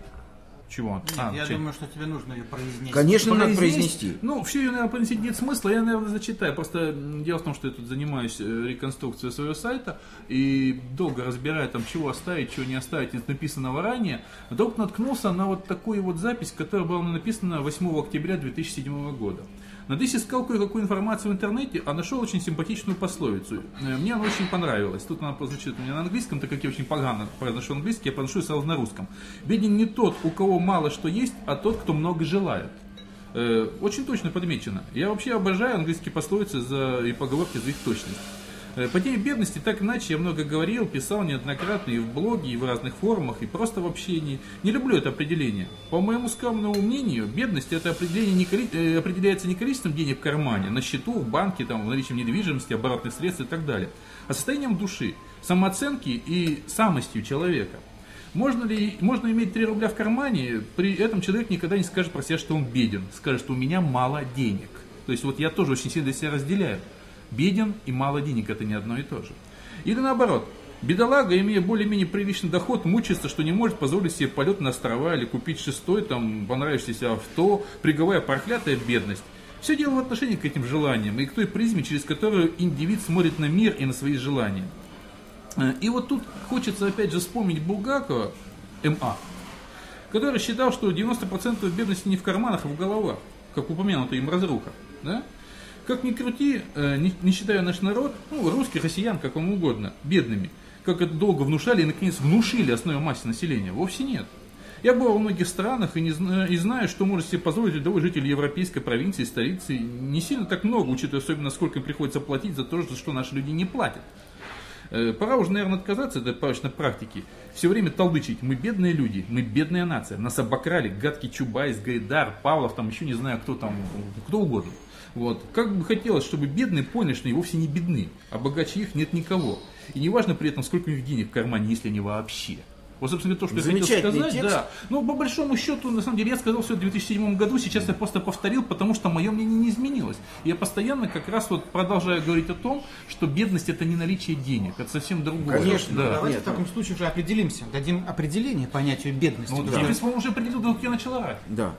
S4: Чего? А,
S2: Я
S4: начать.
S2: думаю, что тебе нужно ее произнести.
S3: Конечно, надо
S4: произнести.
S3: произнести.
S4: Ну, все ее, наверное, произнести нет смысла, я, наверное, зачитаю. Просто м, дело в том, что я тут занимаюсь э, реконструкцией своего сайта и долго разбираю там, чего оставить, чего не оставить из написанного ранее. Вдруг наткнулся на вот такую вот запись, которая была написана 8 октября 2007 года. Надысь искал кое-какую информацию в интернете, а нашел очень симпатичную пословицу. Э, Мне она очень понравилась. Тут она прозвучит у меня на английском, так как я очень погано произношу английский, я произношу сразу на русском. «Беден не тот, у кого мало что есть, а тот, кто много желает». Э, Очень точно подмечено. Я вообще обожаю английские пословицы за... и поговорки за их точность. Э, По теме бедности так иначе я много говорил, писал неоднократно и в блоге, и в разных форумах, и просто в общении. Не люблю это определение. По моему скромному мнению, бедность это определение не коли- э, определяется не количеством денег в кармане, на счету, в банке, там, наличием недвижимости, оборотных средств и так далее, а состоянием души, самооценки и самостью человека. Можно ли можно иметь 3 рубля в кармане, при этом человек никогда не скажет про себя, что он беден. Скажет, что у меня мало денег. То есть вот я тоже очень сильно себя разделяю. Беден и мало денег это не одно и то же. Или наоборот, бедолага, имея более-менее приличный доход, мучается, что не может позволить себе полет на острова или купить шестой, там, понравившееся авто, приговая проклятая бедность. Все дело в отношении к этим желаниям и к той призме, через которую индивид смотрит на мир и на свои желания. Э, И вот тут хочется опять же вспомнить Булгакова, МА, который считал, что 90% бедности не в карманах, а в головах, как упомянутая им разруха. Да? Как ни крути, э, не, не считая наш народ, ну, русских, россиян, как вам угодно, бедными, как это долго внушали и, наконец, внушили основе массе населения, вовсе нет. Я был во многих странах и, не зна- и знаю, что может себе позволить рядовой житель европейской провинции, столицы, не сильно так много, учитывая особенно, сколько им приходится платить за то, за что наши люди не платят. Э, Пора уже, наверное, отказаться от этой порочной практики. Все время толдычить. Мы бедные люди, мы бедная нация. Нас обокрали гадкий Чубайс, Гайдар, Павлов, там еще не знаю кто там, кто угодно. Вот. Как бы хотелось, чтобы бедные поняли, что они вовсе не бедны, а богаче их нет никого. И неважно при этом, сколько у них денег в кармане, если они вообще. Вот, собственно, говоря, то, что я хотел
S3: Замечательный
S4: сказать,
S3: текст.
S4: да. Ну, по большому счету, на самом деле, я сказал все в 2007 году, сейчас я просто повторил, потому что мое мнение не изменилось. Я постоянно как раз вот продолжаю говорить о том, что бедность это не наличие денег, это совсем другое.
S3: Конечно,
S4: да.
S2: Давайте
S3: нет, ну.
S2: в таком случае уже определимся, дадим определение понятию бедности.
S4: Ну,
S2: Да.
S4: Теперь, по-моему, уже определил, да, вот я начала орать.
S3: Да.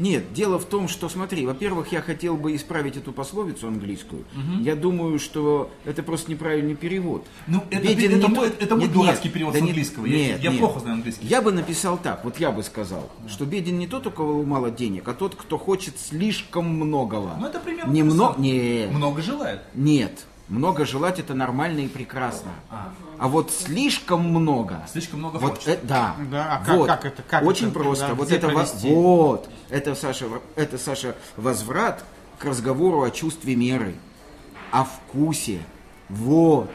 S3: Нет, дело в том, что, смотри, во-первых, я хотел бы исправить эту пословицу английскую. Я думаю, что это просто неправильный перевод.
S4: Ну, это-
S3: Беден не
S4: это мой-
S3: тот-
S4: это мой
S3: Нет,
S4: дурацкий
S3: нет,
S4: перевод
S3: да
S4: с
S3: нет,
S4: английского. Я-
S3: Нет,
S4: я
S3: нет.
S4: плохо знаю английский.
S3: Я бы написал так, вот я бы сказал, что беден не тот, у кого мало денег, а тот, кто хочет слишком многого.
S4: Ну, это примерно
S3: не
S4: то же
S3: много,
S4: самое.
S3: нет,
S4: Много желает.
S3: нет. Много желать это нормально и прекрасно. А, вот слишком много.
S4: Слишком много
S3: Вот
S4: хочется.
S3: э- да.
S2: Да, а как-
S3: Вот.
S2: как это- как
S3: Очень
S2: это,
S3: просто.
S2: да,
S3: вот
S2: где
S3: это во-
S2: провести?
S3: вот это Саша, в- это Саша возврат к разговору о чувстве меры, о вкусе. Вот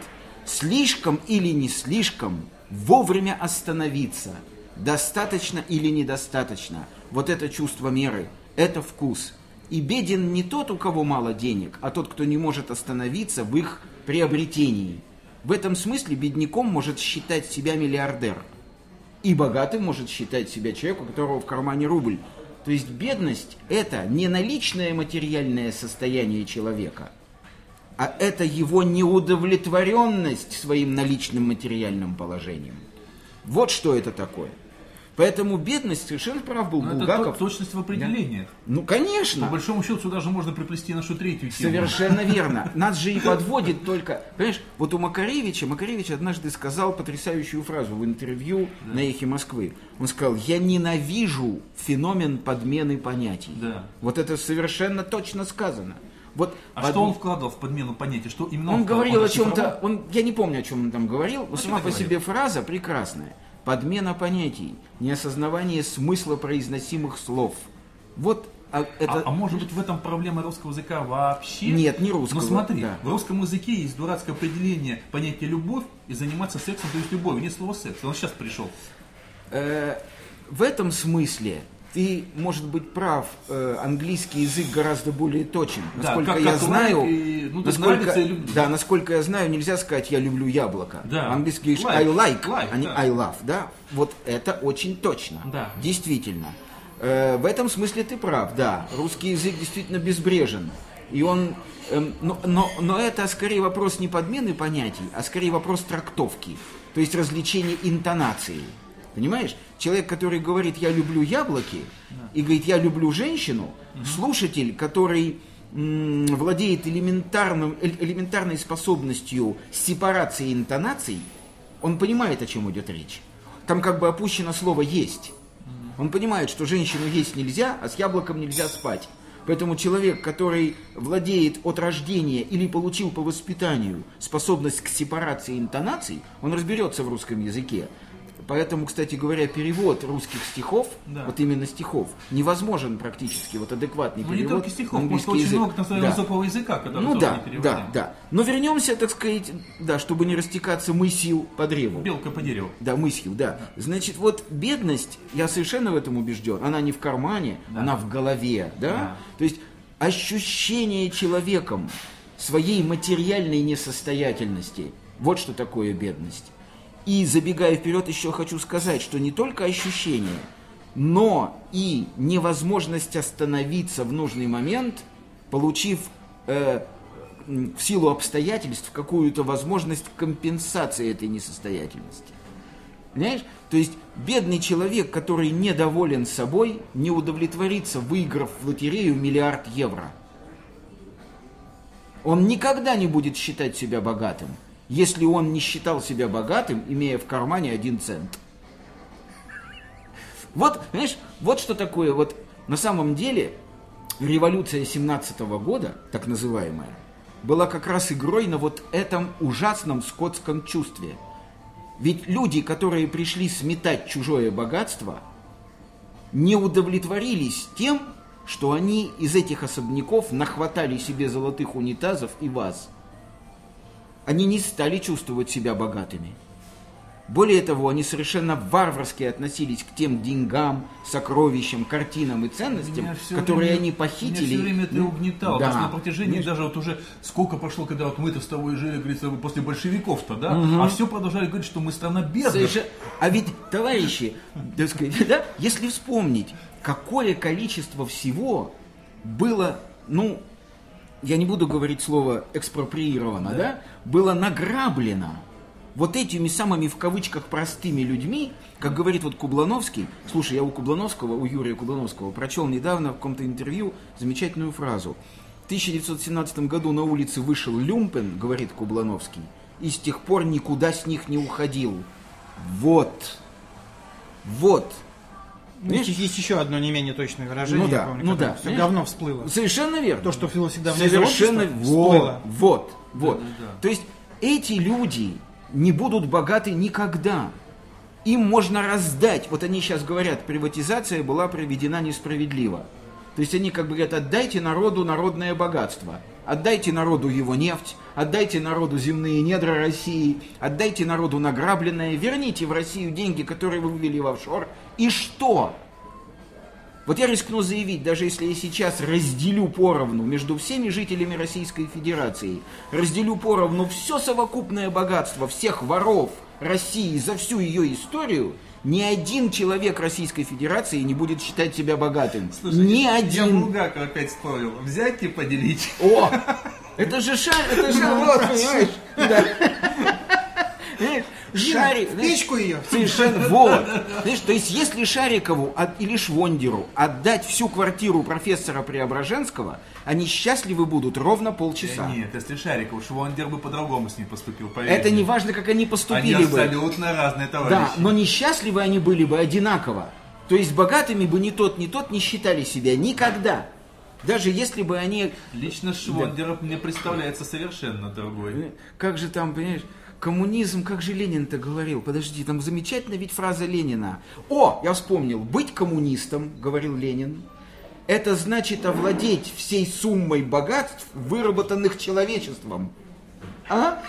S3: слишком или не слишком вовремя остановиться, достаточно или недостаточно. Вот это чувство меры, это вкус. И беден не тот, у кого мало денег, а тот, кто не может остановиться в их приобретении. В этом смысле бедняком может считать себя миллиардер и богатым может считать себя человек, у которого в кармане рубль. То есть бедность – это не наличное материальное состояние человека, а это его неудовлетворенность своим наличным материальным положением. Вот что это такое. Поэтому бедность, совершенно прав был
S4: Но Ну, это
S3: Булгаков.
S4: тот- точность в определениях.
S3: Ну,
S4: По
S3: конечно.
S4: большому счету, сюда же можно приплести нашу третью тему.
S3: Совершенно верно. Нас же и подводит только... Понимаешь, вот у Макаревича, Макаревич однажды сказал потрясающую фразу в интервью на «Эхе Москвы». Он сказал, я ненавижу феномен подмены понятий.
S4: Да.
S3: Вот это совершенно точно сказано. Вот
S4: А
S3: под-
S4: что он вкладывал в подмену понятия? Что именно
S3: он
S4: вкладывал?
S3: говорил о
S4: расшифровал?
S3: чем-то, он, я не помню, о чем он там говорил, но сама по
S4: А говорил?
S3: себе фраза прекрасная. Подмена понятий, неосознавание смысла произносимых слов. Вот а, это...
S4: А, а может быть в этом проблема русского языка вообще?
S3: Нет, не русского,
S4: Ну смотри,
S3: да.
S4: в русском языке есть дурацкое определение понятия любовь и заниматься сексом, то есть любовью. Нет слова секс. Он сейчас пришел.
S3: Э, в этом смысле ты, может быть, прав, э, английский язык гораздо более точен.
S4: Да,
S3: Насколько
S4: как-
S3: я
S4: как
S3: знаю,
S4: лайк и- ну, то есть
S3: насколько,
S4: нравится и люблю.
S3: да, насколько я знаю, нельзя сказать «я люблю яблоко».
S4: Да.
S3: Английский язык
S4: Like,
S3: «I like»,
S4: like,
S3: а не
S4: да.
S3: «I love», да? Вот это очень точно,
S4: Да.
S3: действительно. Э, в этом смысле ты прав, да. Русский язык действительно безбрежен. И он, эм, но, но, но это скорее вопрос не подмены понятий, а скорее вопрос трактовки, то есть развлечения интонации. Понимаешь? Человек, который говорит «я люблю яблоки» и говорит «я люблю женщину», слушатель, который м, владеет элементарным, эль- элементарной способностью сепарации интонаций, он понимает, о чем идет речь. Там как бы опущено слово «есть». Он понимает, что женщину есть нельзя, а с яблоком нельзя спать. Поэтому человек, который владеет от рождения или получил по воспитанию способность к сепарации интонаций, он разберется в русском языке. Поэтому, кстати говоря, перевод русских стихов,
S4: Да.
S3: вот именно стихов, невозможен практически, вот адекватный
S4: Ну не
S3: перевод.
S4: только стихов,
S3: на
S4: потому
S3: английский
S4: что очень
S3: язык.
S4: много там
S3: Да.
S4: высокого языка, который
S3: Ну
S4: тоже
S3: да,
S4: не переводим.
S3: да, да. Но вернемся, так сказать, да, чтобы не растекаться мысью по древу.
S4: Белка по дереву.
S3: Да, мыслью, да. Значит, вот бедность, я совершенно в этом убежден, она не в кармане, она в голове, да? То есть ощущение человеком своей материальной несостоятельности, вот что такое бедность. И забегая вперед, еще хочу сказать, что не только ощущение, но и невозможность остановиться в нужный момент, получив э, м, в силу обстоятельств какую-то возможность компенсации этой несостоятельности. Понимаешь? То есть бедный человек, который недоволен собой, не удовлетворится, выиграв в лотерею миллиард евро. Он никогда не будет считать себя богатым, если он не считал себя богатым, имея в кармане один цент. Вот, понимаешь, вот что такое, вот на самом деле революция 17 года, так называемая, была как раз игрой на вот этом ужасном скотском чувстве. Ведь люди, которые пришли сметать чужое богатство, не удовлетворились тем, что они из этих особняков нахватали себе золотых унитазов и ваз. Они не стали чувствовать себя богатыми. Более того, они совершенно варварски относились к тем деньгам, сокровищам, картинам и ценностям,
S5: Меня всё
S3: которые
S5: время-
S3: они
S5: Меня
S3: похитили.
S5: все время ты
S3: Ну,
S5: угнетал.
S3: да.
S5: То есть на протяжении
S3: Ну,
S5: даже вот уже сколько прошло, когда вот мы-то с тобой жили, говорится, после большевиков-то, да? А все продолжали говорить, что мы страна бедных.
S3: Совершенно- А ведь, товарищи, так сказать, да, если вспомнить, какое количество всего было, ну, я не буду говорить слово экспроприировано, да, было награблено вот этими самыми в кавычках простыми людьми, как говорит вот Кублановский, слушай, я у Кублановского, у Юрия Кублановского прочел недавно в каком-то интервью замечательную фразу. В 1917 году на улице вышел Люмпен, говорит Кублановский, и с тех пор никуда с них не уходил. Вот. Вот.
S2: Ну, Есть, есть еще одно не менее точное выражение,
S3: Ну да,
S2: я помню,
S3: ну
S2: которое
S3: да,
S2: все
S3: понимаешь?
S2: говно всплыло.
S3: Совершенно верно.
S2: То, что всего всегда внизу
S3: Совершенно
S2: общества,
S3: вот,
S2: всплыло.
S3: вот, вот. То есть эти люди не будут богаты никогда. Им можно раздать. Вот они сейчас говорят, приватизация была проведена несправедливо. То есть они как бы говорят, отдайте народу народное богатство, отдайте народу его нефть, отдайте народу земные недра России, отдайте народу награбленное, верните в Россию деньги, которые вы вывели в офшор. И что? Вот я рискну заявить, даже если я сейчас разделю поровну между всеми жителями Российской Федерации, разделю поровну все совокупное богатство всех воров России за всю ее историю, ни один человек Российской Федерации не будет считать себя богатым. ни
S4: Я
S3: один.
S4: Булгакова опять вспомнил. Взять и поделить.
S3: О! Это же шар, это же вот, понимаешь? Да. Понимаешь, Шарик,
S2: В
S3: знаешь,
S2: печку ее.
S3: Совершенно, вот. Знаешь, то есть, если Шарикову от- или Швондеру отдать всю квартиру профессора Преображенского, они счастливы будут ровно полчаса.
S4: Нет, если Шариков, Швондер бы по-другому с ней поступил, поверь
S3: Это
S4: мне.
S3: не важно, как они
S4: Они
S3: поступили бы.
S4: абсолютно разные
S3: Да,
S4: товарищи.
S3: но несчастливы они были бы одинаково. То есть, богатыми бы ни тот, ни тот не считали себя никогда. Даже если бы они,
S4: Лично Швондеров мне представляется совершенно
S3: Э.
S4: другой.
S3: как же там, понимаешь, коммунизм, как же Ленин-то говорил, подожди, там замечательно ведь фраза Ленина. О, я вспомнил, быть коммунистом, говорил Ленин, Это значит овладеть всей суммой богатств, выработанных человечеством. А?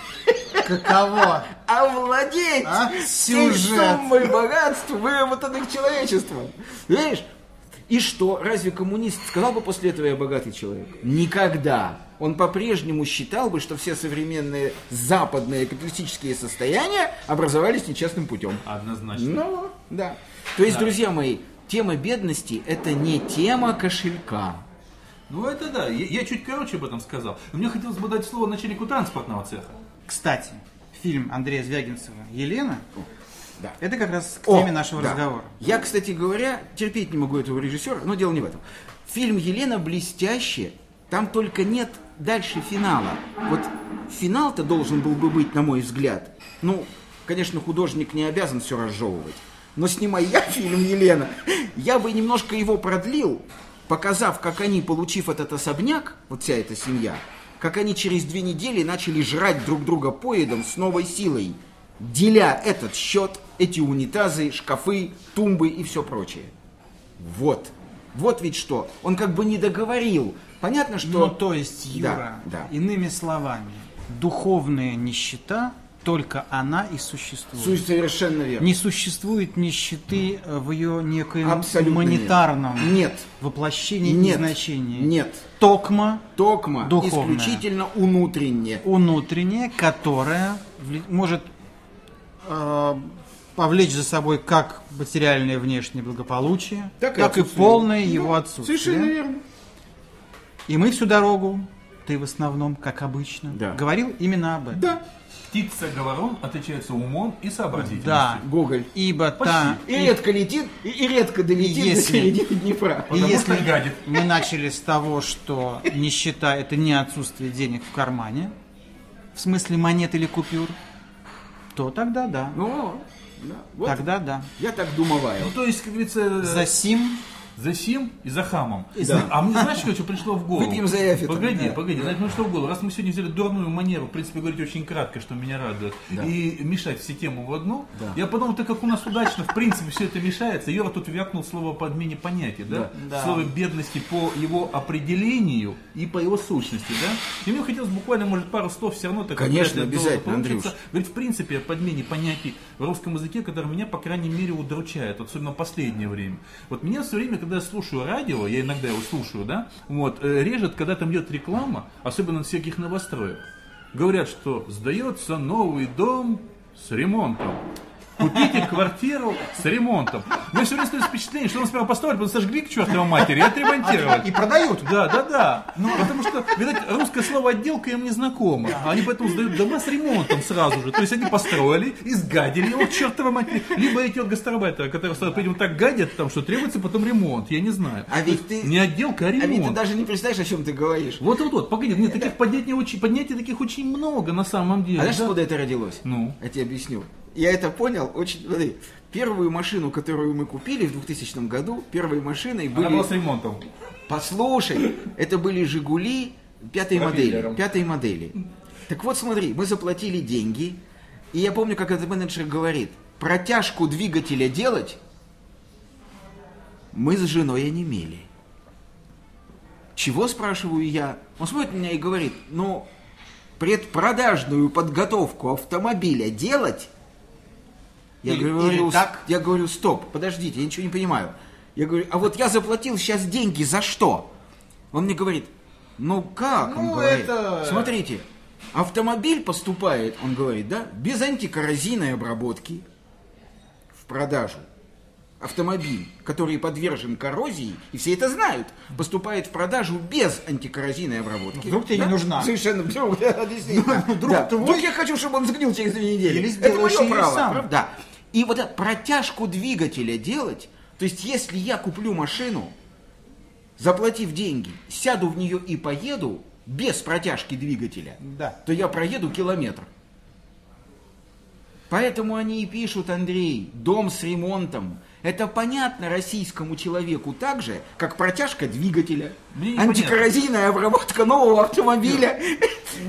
S2: Каково?
S3: Овладеть
S2: А?
S3: всей
S2: Сюжет.
S3: суммой богатств, выработанных человечеством. Знаешь? И что, разве коммунист сказал бы после этого я богатый человек? Никогда. Он по-прежнему считал бы, что все современные западные капиталистические состояния образовались нечестным путем.
S4: Однозначно.
S3: Ну, да. То есть, друзья мои, тема бедности – это не тема кошелька.
S4: Ну это да, я, я чуть короче об этом сказал. Но мне хотелось бы дать слово начальнику транспортного цеха.
S2: Кстати, фильм Андрея Звягинцева «Елена»
S3: да.
S2: это как раз к
S3: О,
S2: теме нашего
S3: да.
S2: разговора.
S3: Я, кстати говоря, терпеть не могу этого режиссера, но дело не в этом. Фильм Елена блестяще, там только нет дальше финала. Вот финал-то должен был бы быть, на мой взгляд. Ну, конечно, художник не обязан все разжевывать. Но снимай я фильм Елена, я бы немножко его продлил, показав, как они, получив этот особняк, вот вся эта семья, как они через две недели начали жрать друг друга поедом с новой силой, деля этот счет, эти унитазы, шкафы, тумбы и все прочее. Вот. Вот ведь что. Он как бы не договорил. Понятно, что...
S2: Ну, то есть, Юра,
S3: Да, да.
S2: иными словами, духовная нищета, только она и существует.
S3: Суть совершенно верно.
S2: Не существует нищеты э, в ее некоем
S3: Абсолютно нет.
S2: монетарном
S3: Нет.
S2: воплощении
S3: Нет.
S2: и значении.
S3: Нет.
S2: Токма
S3: Токма
S2: Духовная.
S3: исключительно внутренне.
S2: внутренняя, которая вли- может э, повлечь за собой как материальное внешнее благополучие, так, и
S3: отсутствие.
S2: полное
S3: Да,
S2: его отсутствие.
S3: Совершенно верно.
S2: И мы всю дорогу, ты в основном, как обычно,
S3: Да.
S2: говорил именно об этом.
S3: Да.
S4: Птица говорон отличается умом и сообразительностью.
S2: Да.
S3: Гоголь.
S2: Ибо та...
S3: И редко летит, и, и редко долетит
S2: Если-
S3: до середины Днепра.
S2: И
S4: Потому
S2: если
S4: что гадит.
S2: мы начали с того, что нищета – это не отсутствие денег в кармане, в смысле монет или купюр, то тогда да.
S3: Ну, да. Вот
S2: Тогда да.
S3: я так думаю.
S4: Ну то есть, как говорится,
S2: За сим
S4: за сим и за хамом.
S3: за-
S4: А мне знаешь, что пришло в голову?
S3: Выпьем за Эфи там,
S4: Погоди,
S3: да.
S4: погоди, знаешь, ну что в голову? Раз мы сегодня взяли дурную манеру, в принципе, говорить очень кратко, что меня радует, и мешать все темы в одну,
S3: Да.
S4: я подумал, так как у нас удачно, в принципе, все это мешается, Юра тут вякнул слово по подмене понятия, да?
S2: Да.
S4: Слово бедности по его определению и по его сущности, да? И мне хотелось буквально, может, пару слов все равно так как
S3: Конечно,
S4: вряд ли это
S3: обязательно,
S4: получится.
S3: Андрюш.
S4: Говорит, в принципе, о подмене понятий в русском языке, которое меня, по крайней мере, удручает, особенно в последнее время. Вот меня все время, когда я слушаю радио, я иногда его слушаю, да, вот, э, режет, когда там идет реклама, особенно на всяких новостроек. Говорят, что сдается новый дом с ремонтом. Купите квартиру с ремонтом. У меня все время стоит впечатление, что он сперва построили, потом сожгли к чертовой матери и отремонтировали.
S2: И продают.
S4: Да, да, да. Ну, потому что, видать, русское слово отделка им не знакомо. А Они поэтому сдают дома с ремонтом сразу же. То есть они построили, изгадили его, к чертовой матери. Либо эти вот гастарбайтеры, которые, сразу, видимо, так гадят, там, что требуется потом ремонт. Я не знаю.
S3: А ведь ты-
S4: Не отделка, а
S3: А ведь ты
S4: ремонт.
S3: даже не представляешь, о чем ты говоришь.
S4: Вот, вот, вот, погоди, нет, таких поднятий очень, поднятий таких очень много на самом деле.
S3: А знаешь,
S4: да.
S3: откуда это родилось?
S4: Ну.
S3: Я тебе объясню. Я это понял очень... Смотри, первую машину, которую мы купили в 2000 году, первой машиной
S4: Она
S3: были...
S4: была с ремонтом.
S3: Послушай, это были «Жигули» пятой модели.
S4: Пропеллером.
S3: Пятой модели. Так вот, смотри, мы заплатили деньги, и я помню, как этот менеджер говорит, протяжку двигателя делать мы с женой онемели. Чего, спрашиваю я? Он смотрит на меня и говорит, ну, предпродажную подготовку автомобиля делать? Я,
S2: Или-
S3: говорю,
S2: или так?
S3: я говорю, стоп, подождите, я ничего не понимаю. Я говорю, а вот я заплатил сейчас деньги за что? Он мне говорит, ну как? Он
S2: Ну,
S3: говорит,
S2: это-
S3: смотрите, автомобиль поступает, он говорит, да, без антикоррозийной обработки в продажу автомобиль, который подвержен коррозии, и все это знают, поступает в продажу без антикоррозийной обработки.
S2: Вдруг тебе не нужна. Ну,
S3: Совершенно вдруг, да, действительно.
S2: вдруг
S3: Да.
S2: твой-
S3: Вдруг я хочу, чтобы он сгнил через две недели.
S2: Или
S3: это
S2: сделаешь
S3: мое
S2: ее
S3: право.
S2: сам.
S3: правда? Да. И вот эту протяжку двигателя делать, то есть если я куплю машину, заплатив деньги, сяду в нее и поеду без протяжки двигателя,
S2: Да.
S3: то я проеду километр. Поэтому они и пишут, Андрей, дом с ремонтом. Это понятно российскому человеку так же, как протяжка двигателя,
S4: Мне непонятно.
S3: антикоррозийная обработка нового автомобиля.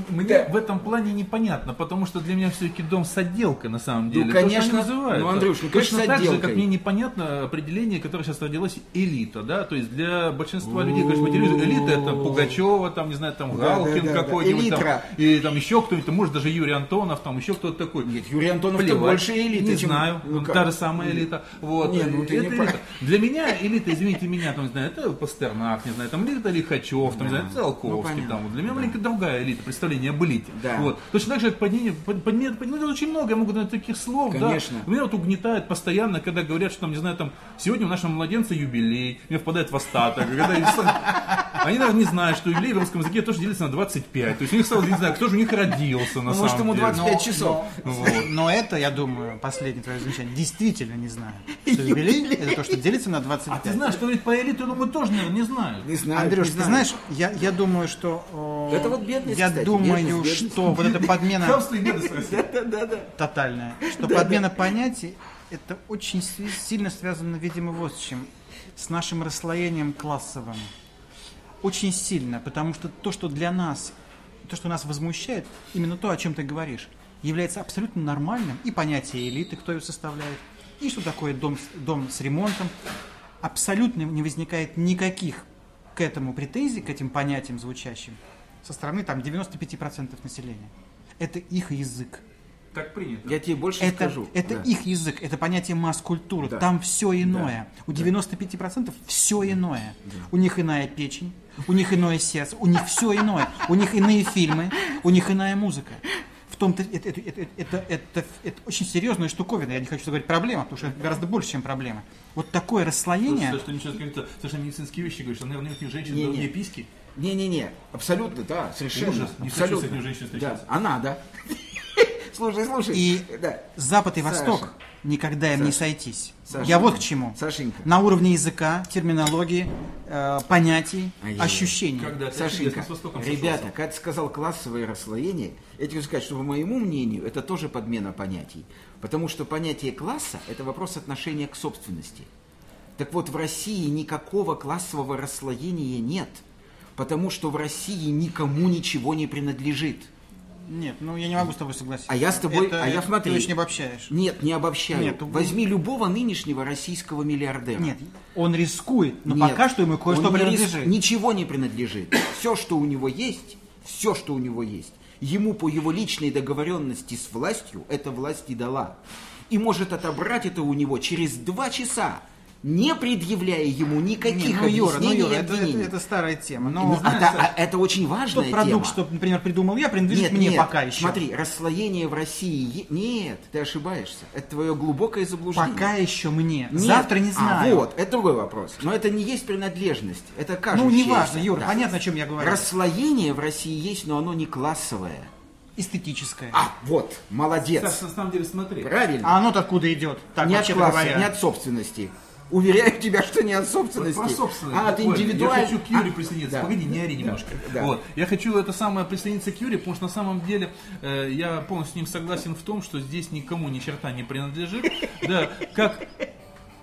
S4: Мне в этом плане непонятно, потому что для меня все-таки дом с отделкой на самом деле. То, что
S3: Ну, конечно.
S4: они называют,
S3: Ну,
S4: да.
S3: Андрюш, ну, конечно,
S4: Точно
S3: с
S4: так же,
S3: отделкой.
S4: как мне непонятно определение, которое сейчас родилось элита, да, то есть для большинства людей, говоришь, по телевизору, элита это Пугачева, там, не знаю, там
S3: Да,
S4: Галкин
S3: да, да, да.
S4: какой-нибудь, там,
S3: Элитра.
S4: и там еще кто-нибудь, может даже Юрий Антонов, там еще кто-то такой.
S3: Нет, Юрий Антонов
S4: Плевать.
S3: больше элиты,
S4: Не
S3: чем-
S4: знаю,
S3: Ну, как?
S4: та же самая элита. Вот.
S3: Не, ну, ты
S4: Это
S3: не
S4: элита.
S3: прав.
S4: Для меня элита, извините меня, там, не знаю, это Пастернак, не знаю, там элита Лихачев, там, не знаю, Циолковский,
S3: Ну, понятно.
S4: там, вот для меня маленько другая элита, представление об элите.
S3: Да.
S4: Вот. Точно так же, как поднение, под- поднение- поднение- ну, очень много, я могу наверное, таких слов, да.
S3: Конечно.
S4: Меня вот угнетает постоянно, когда говорят, что там, не знаю, там, сегодня у нашего младенца юбилей, мне впадает в остаток. Когда я сам- Они даже не знают, что юбилей в русском языке тоже делится на 25. То есть у них сразу, не знаю, кто же у них родился на
S3: Ну,
S4: самом
S3: может, ему
S4: деле.
S3: 25 часов.
S2: Но,
S4: Вот.
S2: но это, я думаю, последнее твое замечание, действительно не знаю. Что юбилей – это то, что делится на 25.
S4: А ты знаешь, что ведь по элиту, я думаю, тоже, наверное, не знают.
S3: Не знаю,
S2: Андрюш,
S3: не
S2: ты
S3: знаю.
S2: знаешь, я, я думаю, что... о,
S3: Это вот бедность,
S2: Я
S3: кстати,
S2: думаю,
S3: бедность, бедность.
S2: что вот эта подмена
S4: Хамство и бедность России.
S2: тотальная, что подмена понятий, это очень сви- сильно связано, видимо, вот с чем. С нашим расслоением классовым. Очень сильно, потому что то, что для нас, то, что нас возмущает, именно то, о чем ты говоришь, является абсолютно нормальным. И понятие элиты, кто ее составляет, и что такое дом, с- дом с ремонтом. Абсолютно не возникает никаких к этому претензий, к этим понятиям звучащим, со стороны там 95% населения. Это их язык.
S4: Так принято.
S3: Я тебе больше
S2: Это,
S3: скажу.
S2: это
S3: Да.
S2: их язык, это понятие масс-культуры.
S3: Да.
S2: Там все иное. У 95% все иное. У них иная печень, у них иное сердце, у них все иное. У них иные фильмы, у них иная музыка. В том-то это, это- это- это- это- это очень серьезная штуковина. Я не хочу говорить проблема, потому что это гораздо больше, чем проблема. Вот такое расслоение.
S4: Слушай, что ничего какие-то совершенно медицинские вещи говоришь, что, наверное, у этих женщин
S3: Не-не.
S4: давние письки.
S3: Не-не-не, абсолютно, да, совершенно.
S4: Ужас, не хочу
S3: абсолютно.
S4: с этой женщиной встречаться.
S3: Да, а надо. Слушай, слушай.
S2: И
S3: да.
S2: Запад и
S3: Саша.
S2: Восток никогда им не
S3: Саша.
S2: сойтись.
S3: Сашенька.
S2: Я вот к чему.
S3: Сашенька.
S2: На уровне языка, терминологии, э, понятий,
S3: Ай-яй-яй.
S2: ощущений.
S4: Когда ты
S3: Сашенька,
S4: интересно, с Востоком
S3: ребята, когда ты сказал классовое расслоение, я тебе хочу сказать, что по моему мнению это тоже подмена понятий. Потому что понятие класса – это вопрос отношения к собственности. Так вот, в России никакого классового расслоения нет, потому что в России никому ничего не принадлежит.
S2: Нет, ну я не могу с тобой согласиться.
S3: А я с тобой-
S2: Это-
S3: а я
S2: ты
S3: смотри.
S2: очень обобщаешь.
S3: Нет, не обобщаю.
S2: Нет, ну-
S3: Возьми любого нынешнего российского миллиардера.
S2: Нет, он рискует, но
S3: Нет,
S2: пока что ему кое-что
S3: он не рис-
S2: принадлежит.
S3: Ничего не принадлежит. Все, что у него есть, все, что у него есть, ему по его личной договоренности с властью, эта власть и дала. И может отобрать это у него через два часа, не предъявляя ему
S2: Не,
S3: никаких
S2: ну, Юра, ну,
S3: объяснений
S2: Юра,
S3: и
S2: это, это-
S3: обвинений.
S2: это старая тема.
S3: Ну,
S2: Но
S3: а
S2: знаешь,
S3: та- а это очень важная
S2: тот
S3: тема.
S2: продукт, что, например, придумал я,
S3: Нет,
S2: принадлежит мне
S3: нет,
S2: пока еще.
S3: Смотри, расслоение в России... е- Нет, ты ошибаешься. Это твое глубокое заблуждение.
S2: пока еще мне.
S3: Нет.
S2: Завтра не
S3: А,
S2: знаю.
S3: вот, это другой вопрос. Но это не есть принадлежность. Это
S2: Ну,
S3: кажущееся.
S2: неважно, Юра,
S3: Да.
S2: понятно, о чем я говорю.
S3: Расслоение в России есть, но оно не классовое.
S2: Эстетическое.
S3: А, вот, молодец.
S4: Саш, на самом деле, смотри.
S3: Правильно.
S2: А оно-то откуда идет? Так
S3: не от
S2: вообще
S3: класса,
S2: говоря.
S3: не от собственности. Уверяю тебя, что не от собственности.
S4: Про собственность.
S3: А от
S4: буквально.
S3: индивидуально.
S4: Я хочу к Юре
S3: А,
S4: присоединиться.
S3: да.
S4: Погоди, не ори немножко.
S3: да.
S4: Вот. Я хочу это самое присоединиться к Юре, потому что на самом деле э, я полностью с ним согласен в том, что здесь никому ни черта не принадлежит. Да, как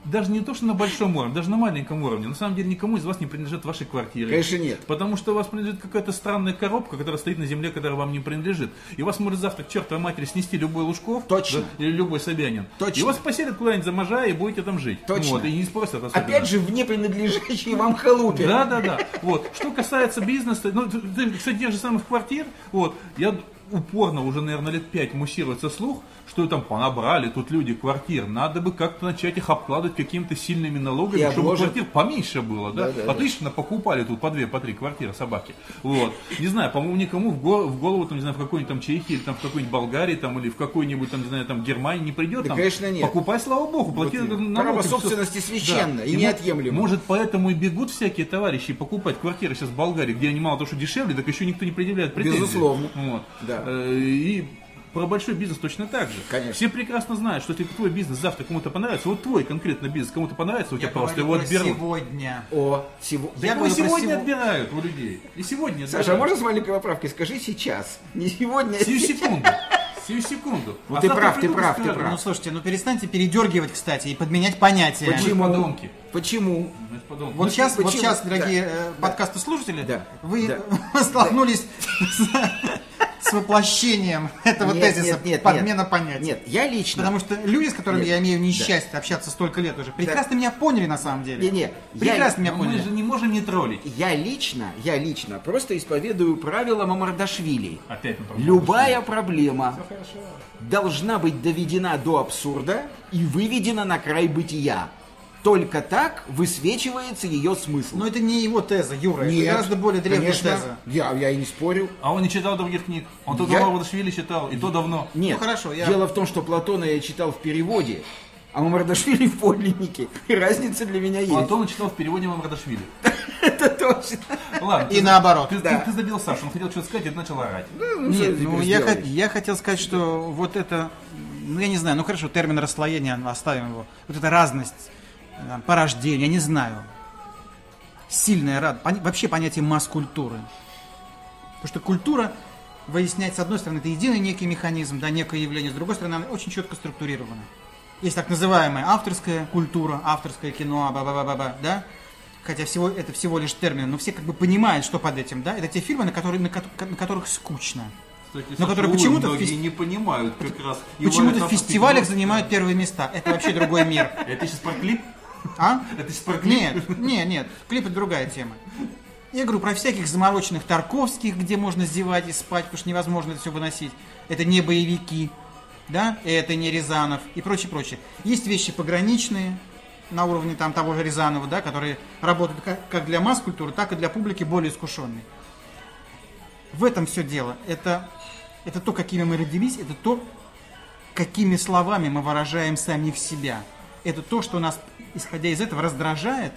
S4: даже не то, что на большом уровне, даже на маленьком уровне. На самом деле никому из вас не принадлежат ваши квартиры.
S3: Конечно, нет.
S4: Потому что у вас принадлежит какая-то странная коробка, которая стоит на земле, которая вам не принадлежит. И вас может завтра к чертовой матери снести любой Лужков.
S3: Точно.
S4: да, или любой Собянин.
S3: Точно.
S4: И вас поселят куда-нибудь за Можа и будете там жить.
S3: Точно.
S4: Вот, и не спросят особенно.
S3: Опять же, в не принадлежащей вам халупе.
S4: Да, да, да. Вот. Что касается бизнеса, ну, ты- ты, кстати, тех же самых квартир, вот, я упорно уже, наверное, лет пять муссируется слух, что там понабрали тут люди квартир. Надо бы как-то начать их обкладывать какими-то сильными налогами,
S3: И
S4: чтобы
S3: обложат.
S4: квартир поменьше было, да?
S3: Да, да, да.
S4: Отлично покупали тут по две, по три квартиры собаки. Вот. Не знаю, по-моему, никому в, го- в голову, там, не знаю, в какой-нибудь там Чехии, или там в какой-нибудь Болгарии, там, или в какой-нибудь, там, не знаю, там Германии не придет.
S3: Да,
S4: там,
S3: конечно, нет.
S4: Покупай, слава богу, плати
S3: Вот,
S4: налоги.
S3: право
S4: всё.
S3: собственности священно и
S4: ему-
S3: неотъемлемо.
S4: Может, поэтому и бегут всякие товарищи покупать квартиры сейчас в Болгарии, где они мало того, что дешевле, так еще никто не предъявляет претензии.
S3: Безусловно.
S4: Вот.
S3: Да.
S4: Э, И про большой бизнес точно так же.
S3: Конечно.
S4: Все прекрасно знают, что если твой бизнес завтра кому-то понравится, вот твой конкретно бизнес кому-то понравится, у тебя
S2: Я
S4: просто
S2: говорю
S4: его
S2: про
S4: отберут.
S2: сегодня.
S3: О, сего-
S4: Да
S2: Я
S4: его
S2: говорю про
S4: сегодня
S2: сего-
S4: отбирают у людей. И сегодня
S3: Саша, а можно с маленькой поправкой? Скажи сейчас. Не сегодня, а
S4: Сию
S3: сейчас.
S4: секунду. Сию секунду. А
S3: Ну, ты
S4: завтра
S3: прав, ты
S4: придут и
S3: прав, ты
S4: скажут,
S3: прав.
S2: Ну слушайте, ну перестаньте передергивать, кстати, и подменять понятия.
S4: Почему? Подонки.
S3: Почему?
S4: «Ну, это подонки».
S2: Вот сейчас, вот
S3: почему?
S2: сейчас,
S3: Да.
S2: дорогие э, подкасты-слушатели,
S3: Да.
S2: вы
S3: Да.
S2: э, столкнулись с- с воплощением этого
S3: Нет,
S2: тезиса
S3: нет, нет,
S2: подмена
S3: нет.
S2: понятий.
S3: Нет, я лично...
S2: Потому что люди, с которыми
S3: Нет.
S2: я имею несчастье общаться столько лет уже, прекрасно меня поняли на самом деле.
S3: Не-не, я-
S2: прекрасно меня
S4: Но мы
S2: поняли.
S4: же не можем не троллить.
S3: Я лично, я лично просто исповедую правила Мамардашвили.
S4: Опять мы про
S3: Любая проблема должна быть доведена до абсурда и выведена на край бытия. Только так высвечивается ее смысл.
S2: Но это не его теза, Юра, Ну, это гораздо более древняя
S3: конечно,
S2: теза.
S3: Я, я и не спорю.
S4: А он не читал других книг. Он только
S3: Я-
S4: Мамардашвили читал, и то давно.
S3: Нет,
S2: Ну, хорошо, я-
S3: дело в том, что Платона я читал в переводе, а Мамардашвили в подлиннике. И разница для меня есть.
S2: А
S4: Платон А читал в переводе Мамардашвили.
S3: Это точно.
S4: Ладно.
S2: И
S4: ты-
S2: наоборот.
S4: Ты,
S3: Да.
S4: ты, ты забил Сашу, он хотел что-то сказать, и ты начал орать.
S2: Нет,
S3: что
S2: ну
S3: теперь
S2: я,
S3: сделаешь?
S2: хот- я хотел сказать, что вот это, ну я не знаю, ну хорошо, термин расслоения, оставим его. Вот эта разность э, по рождению, я не знаю. Сильная радость, вообще понятие масс-культуры. Потому что культура выяснять, с одной стороны, это единый некий механизм, да, некое явление, с другой стороны, она очень четко структурирована. Есть так называемая авторская культура, авторское кино, ба ба ба ба да? Хотя всего, это всего лишь термин, но все как бы понимают, что под этим, да? Это те фильмы, на, которые, на, кото- на которых скучно.
S4: Кстати,
S2: Но
S4: Саша,
S2: которые
S4: ой,
S2: почему-то в
S4: многие
S2: фес-
S4: не понимают как раз. И валят
S2: Почему-то в
S4: авторский
S2: фестивалях
S4: кино.
S2: занимают первые места. Это вообще другой мир.
S4: Это сейчас про клип?
S2: А?
S4: Это сейчас про клип?
S2: Нет, нет, нет. Клип это другая тема. Я говорю про всяких замороченных Тарковских, где можно зевать и спать, потому что невозможно это все выносить. Это не боевики, да, это не Рязанов и прочее, прочее. Есть вещи пограничные на уровне там того же Рязанова, да, которые работают как, как для масс-культуры, так и для публики более искушенной. В этом все дело. Это, это то, какими мы родились, это то, какими словами мы выражаем самих себя. Это то, что нас, исходя из этого, раздражает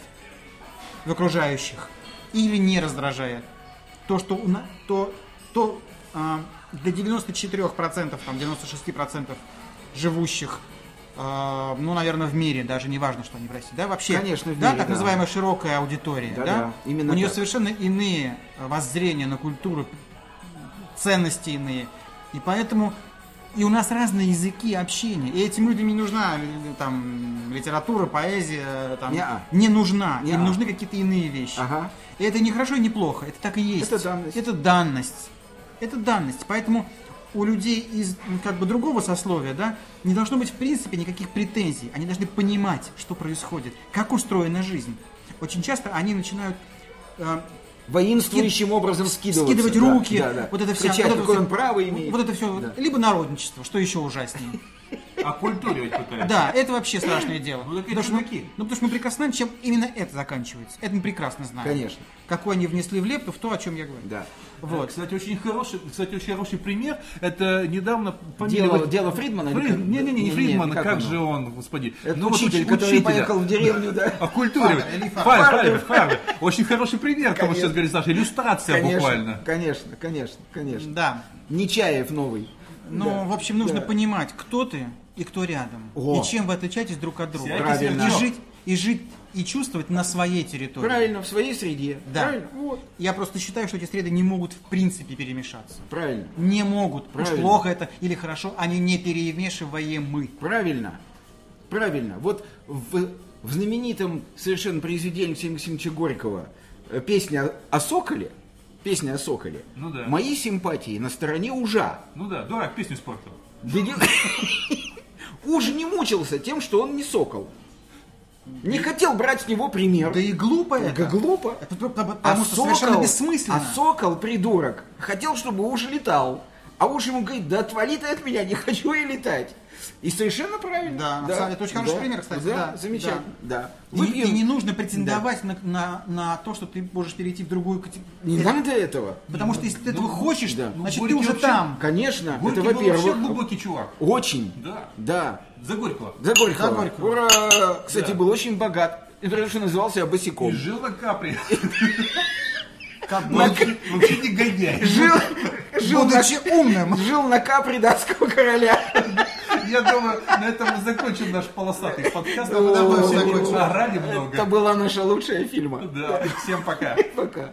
S2: в окружающих или не раздражает. То, что у на- то, то а, для 94%, там, 96% живущих, а, ну, наверное, в мире, даже не важно, что они в России, да, вообще,
S3: Конечно, в
S2: да,
S3: мире,
S2: так
S3: да.
S2: называемая широкая аудитория,
S3: Да,
S2: да,
S3: да, именно
S2: у нее
S3: так.
S2: совершенно иные воззрения на культуру, ценности иные. И поэтому И у нас разные языки общения. И этим людям не нужна э, там литература, поэзия, э, там,
S3: Неа.
S2: не нужна.
S3: Неа.
S2: Им нужны какие-то иные вещи.
S3: а. Ага.
S2: И это не хорошо и не плохо, это так и есть.
S3: Это данность.
S2: Это данность. Это данность. Поэтому у людей из ну, как бы другого сословия, да, не должно быть в принципе никаких претензий. Они должны понимать, что происходит, как устроена жизнь. Очень часто они начинают э,
S3: Воинствующим образом скидываться.
S2: скидывать
S3: да,
S2: руки,
S3: да, да.
S2: вот это все,
S3: Кричать,
S2: вот это
S3: какое
S2: всё-
S3: он право имеет.
S2: вот это все,
S3: Да.
S2: либо народничество, что еще ужаснее.
S6: Оккультуривать пытаются.
S2: Да, это вообще страшное дело.
S6: Ну, так и
S2: Потому что мы-
S6: чудаки.
S2: ну, потому что мы прекрасно знаем, чем именно это заканчивается. Это мы прекрасно знаем.
S3: Конечно.
S2: Какую они внесли в лепту, в то, о чем я говорю.
S3: Да.
S2: Вот.
S4: Э, Кстати, очень хороший, кстати, очень хороший пример. Это недавно фамилия
S3: Дело,
S4: вот-
S3: дело Фридмана? или
S4: Фри-
S3: как?
S4: Не, не, не, не
S3: Не-не,
S4: Фридмана,
S3: как
S4: как,
S3: он?
S4: же он, господи.
S3: Это
S4: Ну, вот
S3: учитель,
S4: уч-
S3: который
S4: учителя.
S3: поехал в деревню, да.
S4: А культуре.
S2: Фарвер или Фарвер?
S4: Фарвер, Фарвер. Очень хороший пример, потому что сейчас говорит Саша, иллюстрация буквально.
S3: конечно, конечно, конечно.
S2: Да.
S3: Нечаев новый.
S2: Ну, в общем, нужно понимать, кто ты и кто рядом.
S3: О.
S2: И чем вы отличаетесь друг от друга.
S3: Сядь и
S2: И
S3: сверчок.
S2: жить, и жить, и чувствовать на своей территории.
S3: Правильно, в своей среде.
S2: Да.
S3: Правильно, вот.
S2: Я просто считаю, что эти среды не могут в принципе перемешаться.
S3: Правильно,
S2: Не могут. Уж
S3: Правильно.
S2: плохо это или хорошо, они не перемешиваемы.
S3: правильно, правильно. Вот в, в знаменитом совершенно произведении Алексея Максимовича Горького э, песня о Соколе, песня о Соколе,
S4: Ну да.
S3: мои симпатии на стороне ужа.
S4: Ну да, дурак, песню испортил.
S3: Да не- Уж не мучился тем, что он не сокол. Не хотел брать с него пример.
S2: Да и глупо это.
S3: Как глупо.
S2: Это п- п- Потому что совершенно бессмысленно.
S3: а сокол, придурок, хотел, чтобы уж летал. А уж ему говорит, да отвали ты от меня, не хочу я летать. И совершенно правильно.
S2: Да, на самом деле, это очень хороший пример, кстати, да,
S3: замечательно. Да.
S2: И,
S3: Выпьем.
S2: и не нужно претендовать на, на, на то, что ты можешь перейти в другую категорию.
S3: Не надо этого.
S2: Потому что если ты этого хочешь,
S3: да.
S2: значит
S4: Ну,
S2: ты уже
S4: Горький
S2: там.
S3: Конечно,
S6: Горький
S3: это
S6: был вообще
S3: во-первых.
S6: глубокий чувак.
S3: Очень.
S6: Да.
S3: Да.
S6: За Горького.
S3: За Горького.
S2: За Горького.
S3: Ура! Кстати, был очень богат. И потому что называл себя босиком.
S4: И жил на капре.
S2: Как бы,
S4: Вообще вообще негодяй.
S3: Жил, жил, на,
S2: будучи умным.
S3: жил на капре датского короля.
S4: Я думаю, на этом мы закончим наш полосатый подкаст. А
S3: Ну,
S4: Мы
S2: давай,
S4: сегодня
S2: закончим.
S4: орали
S3: Это
S4: много.
S3: была наша лучшая фильма.
S4: Да, всем пока.
S3: Пока.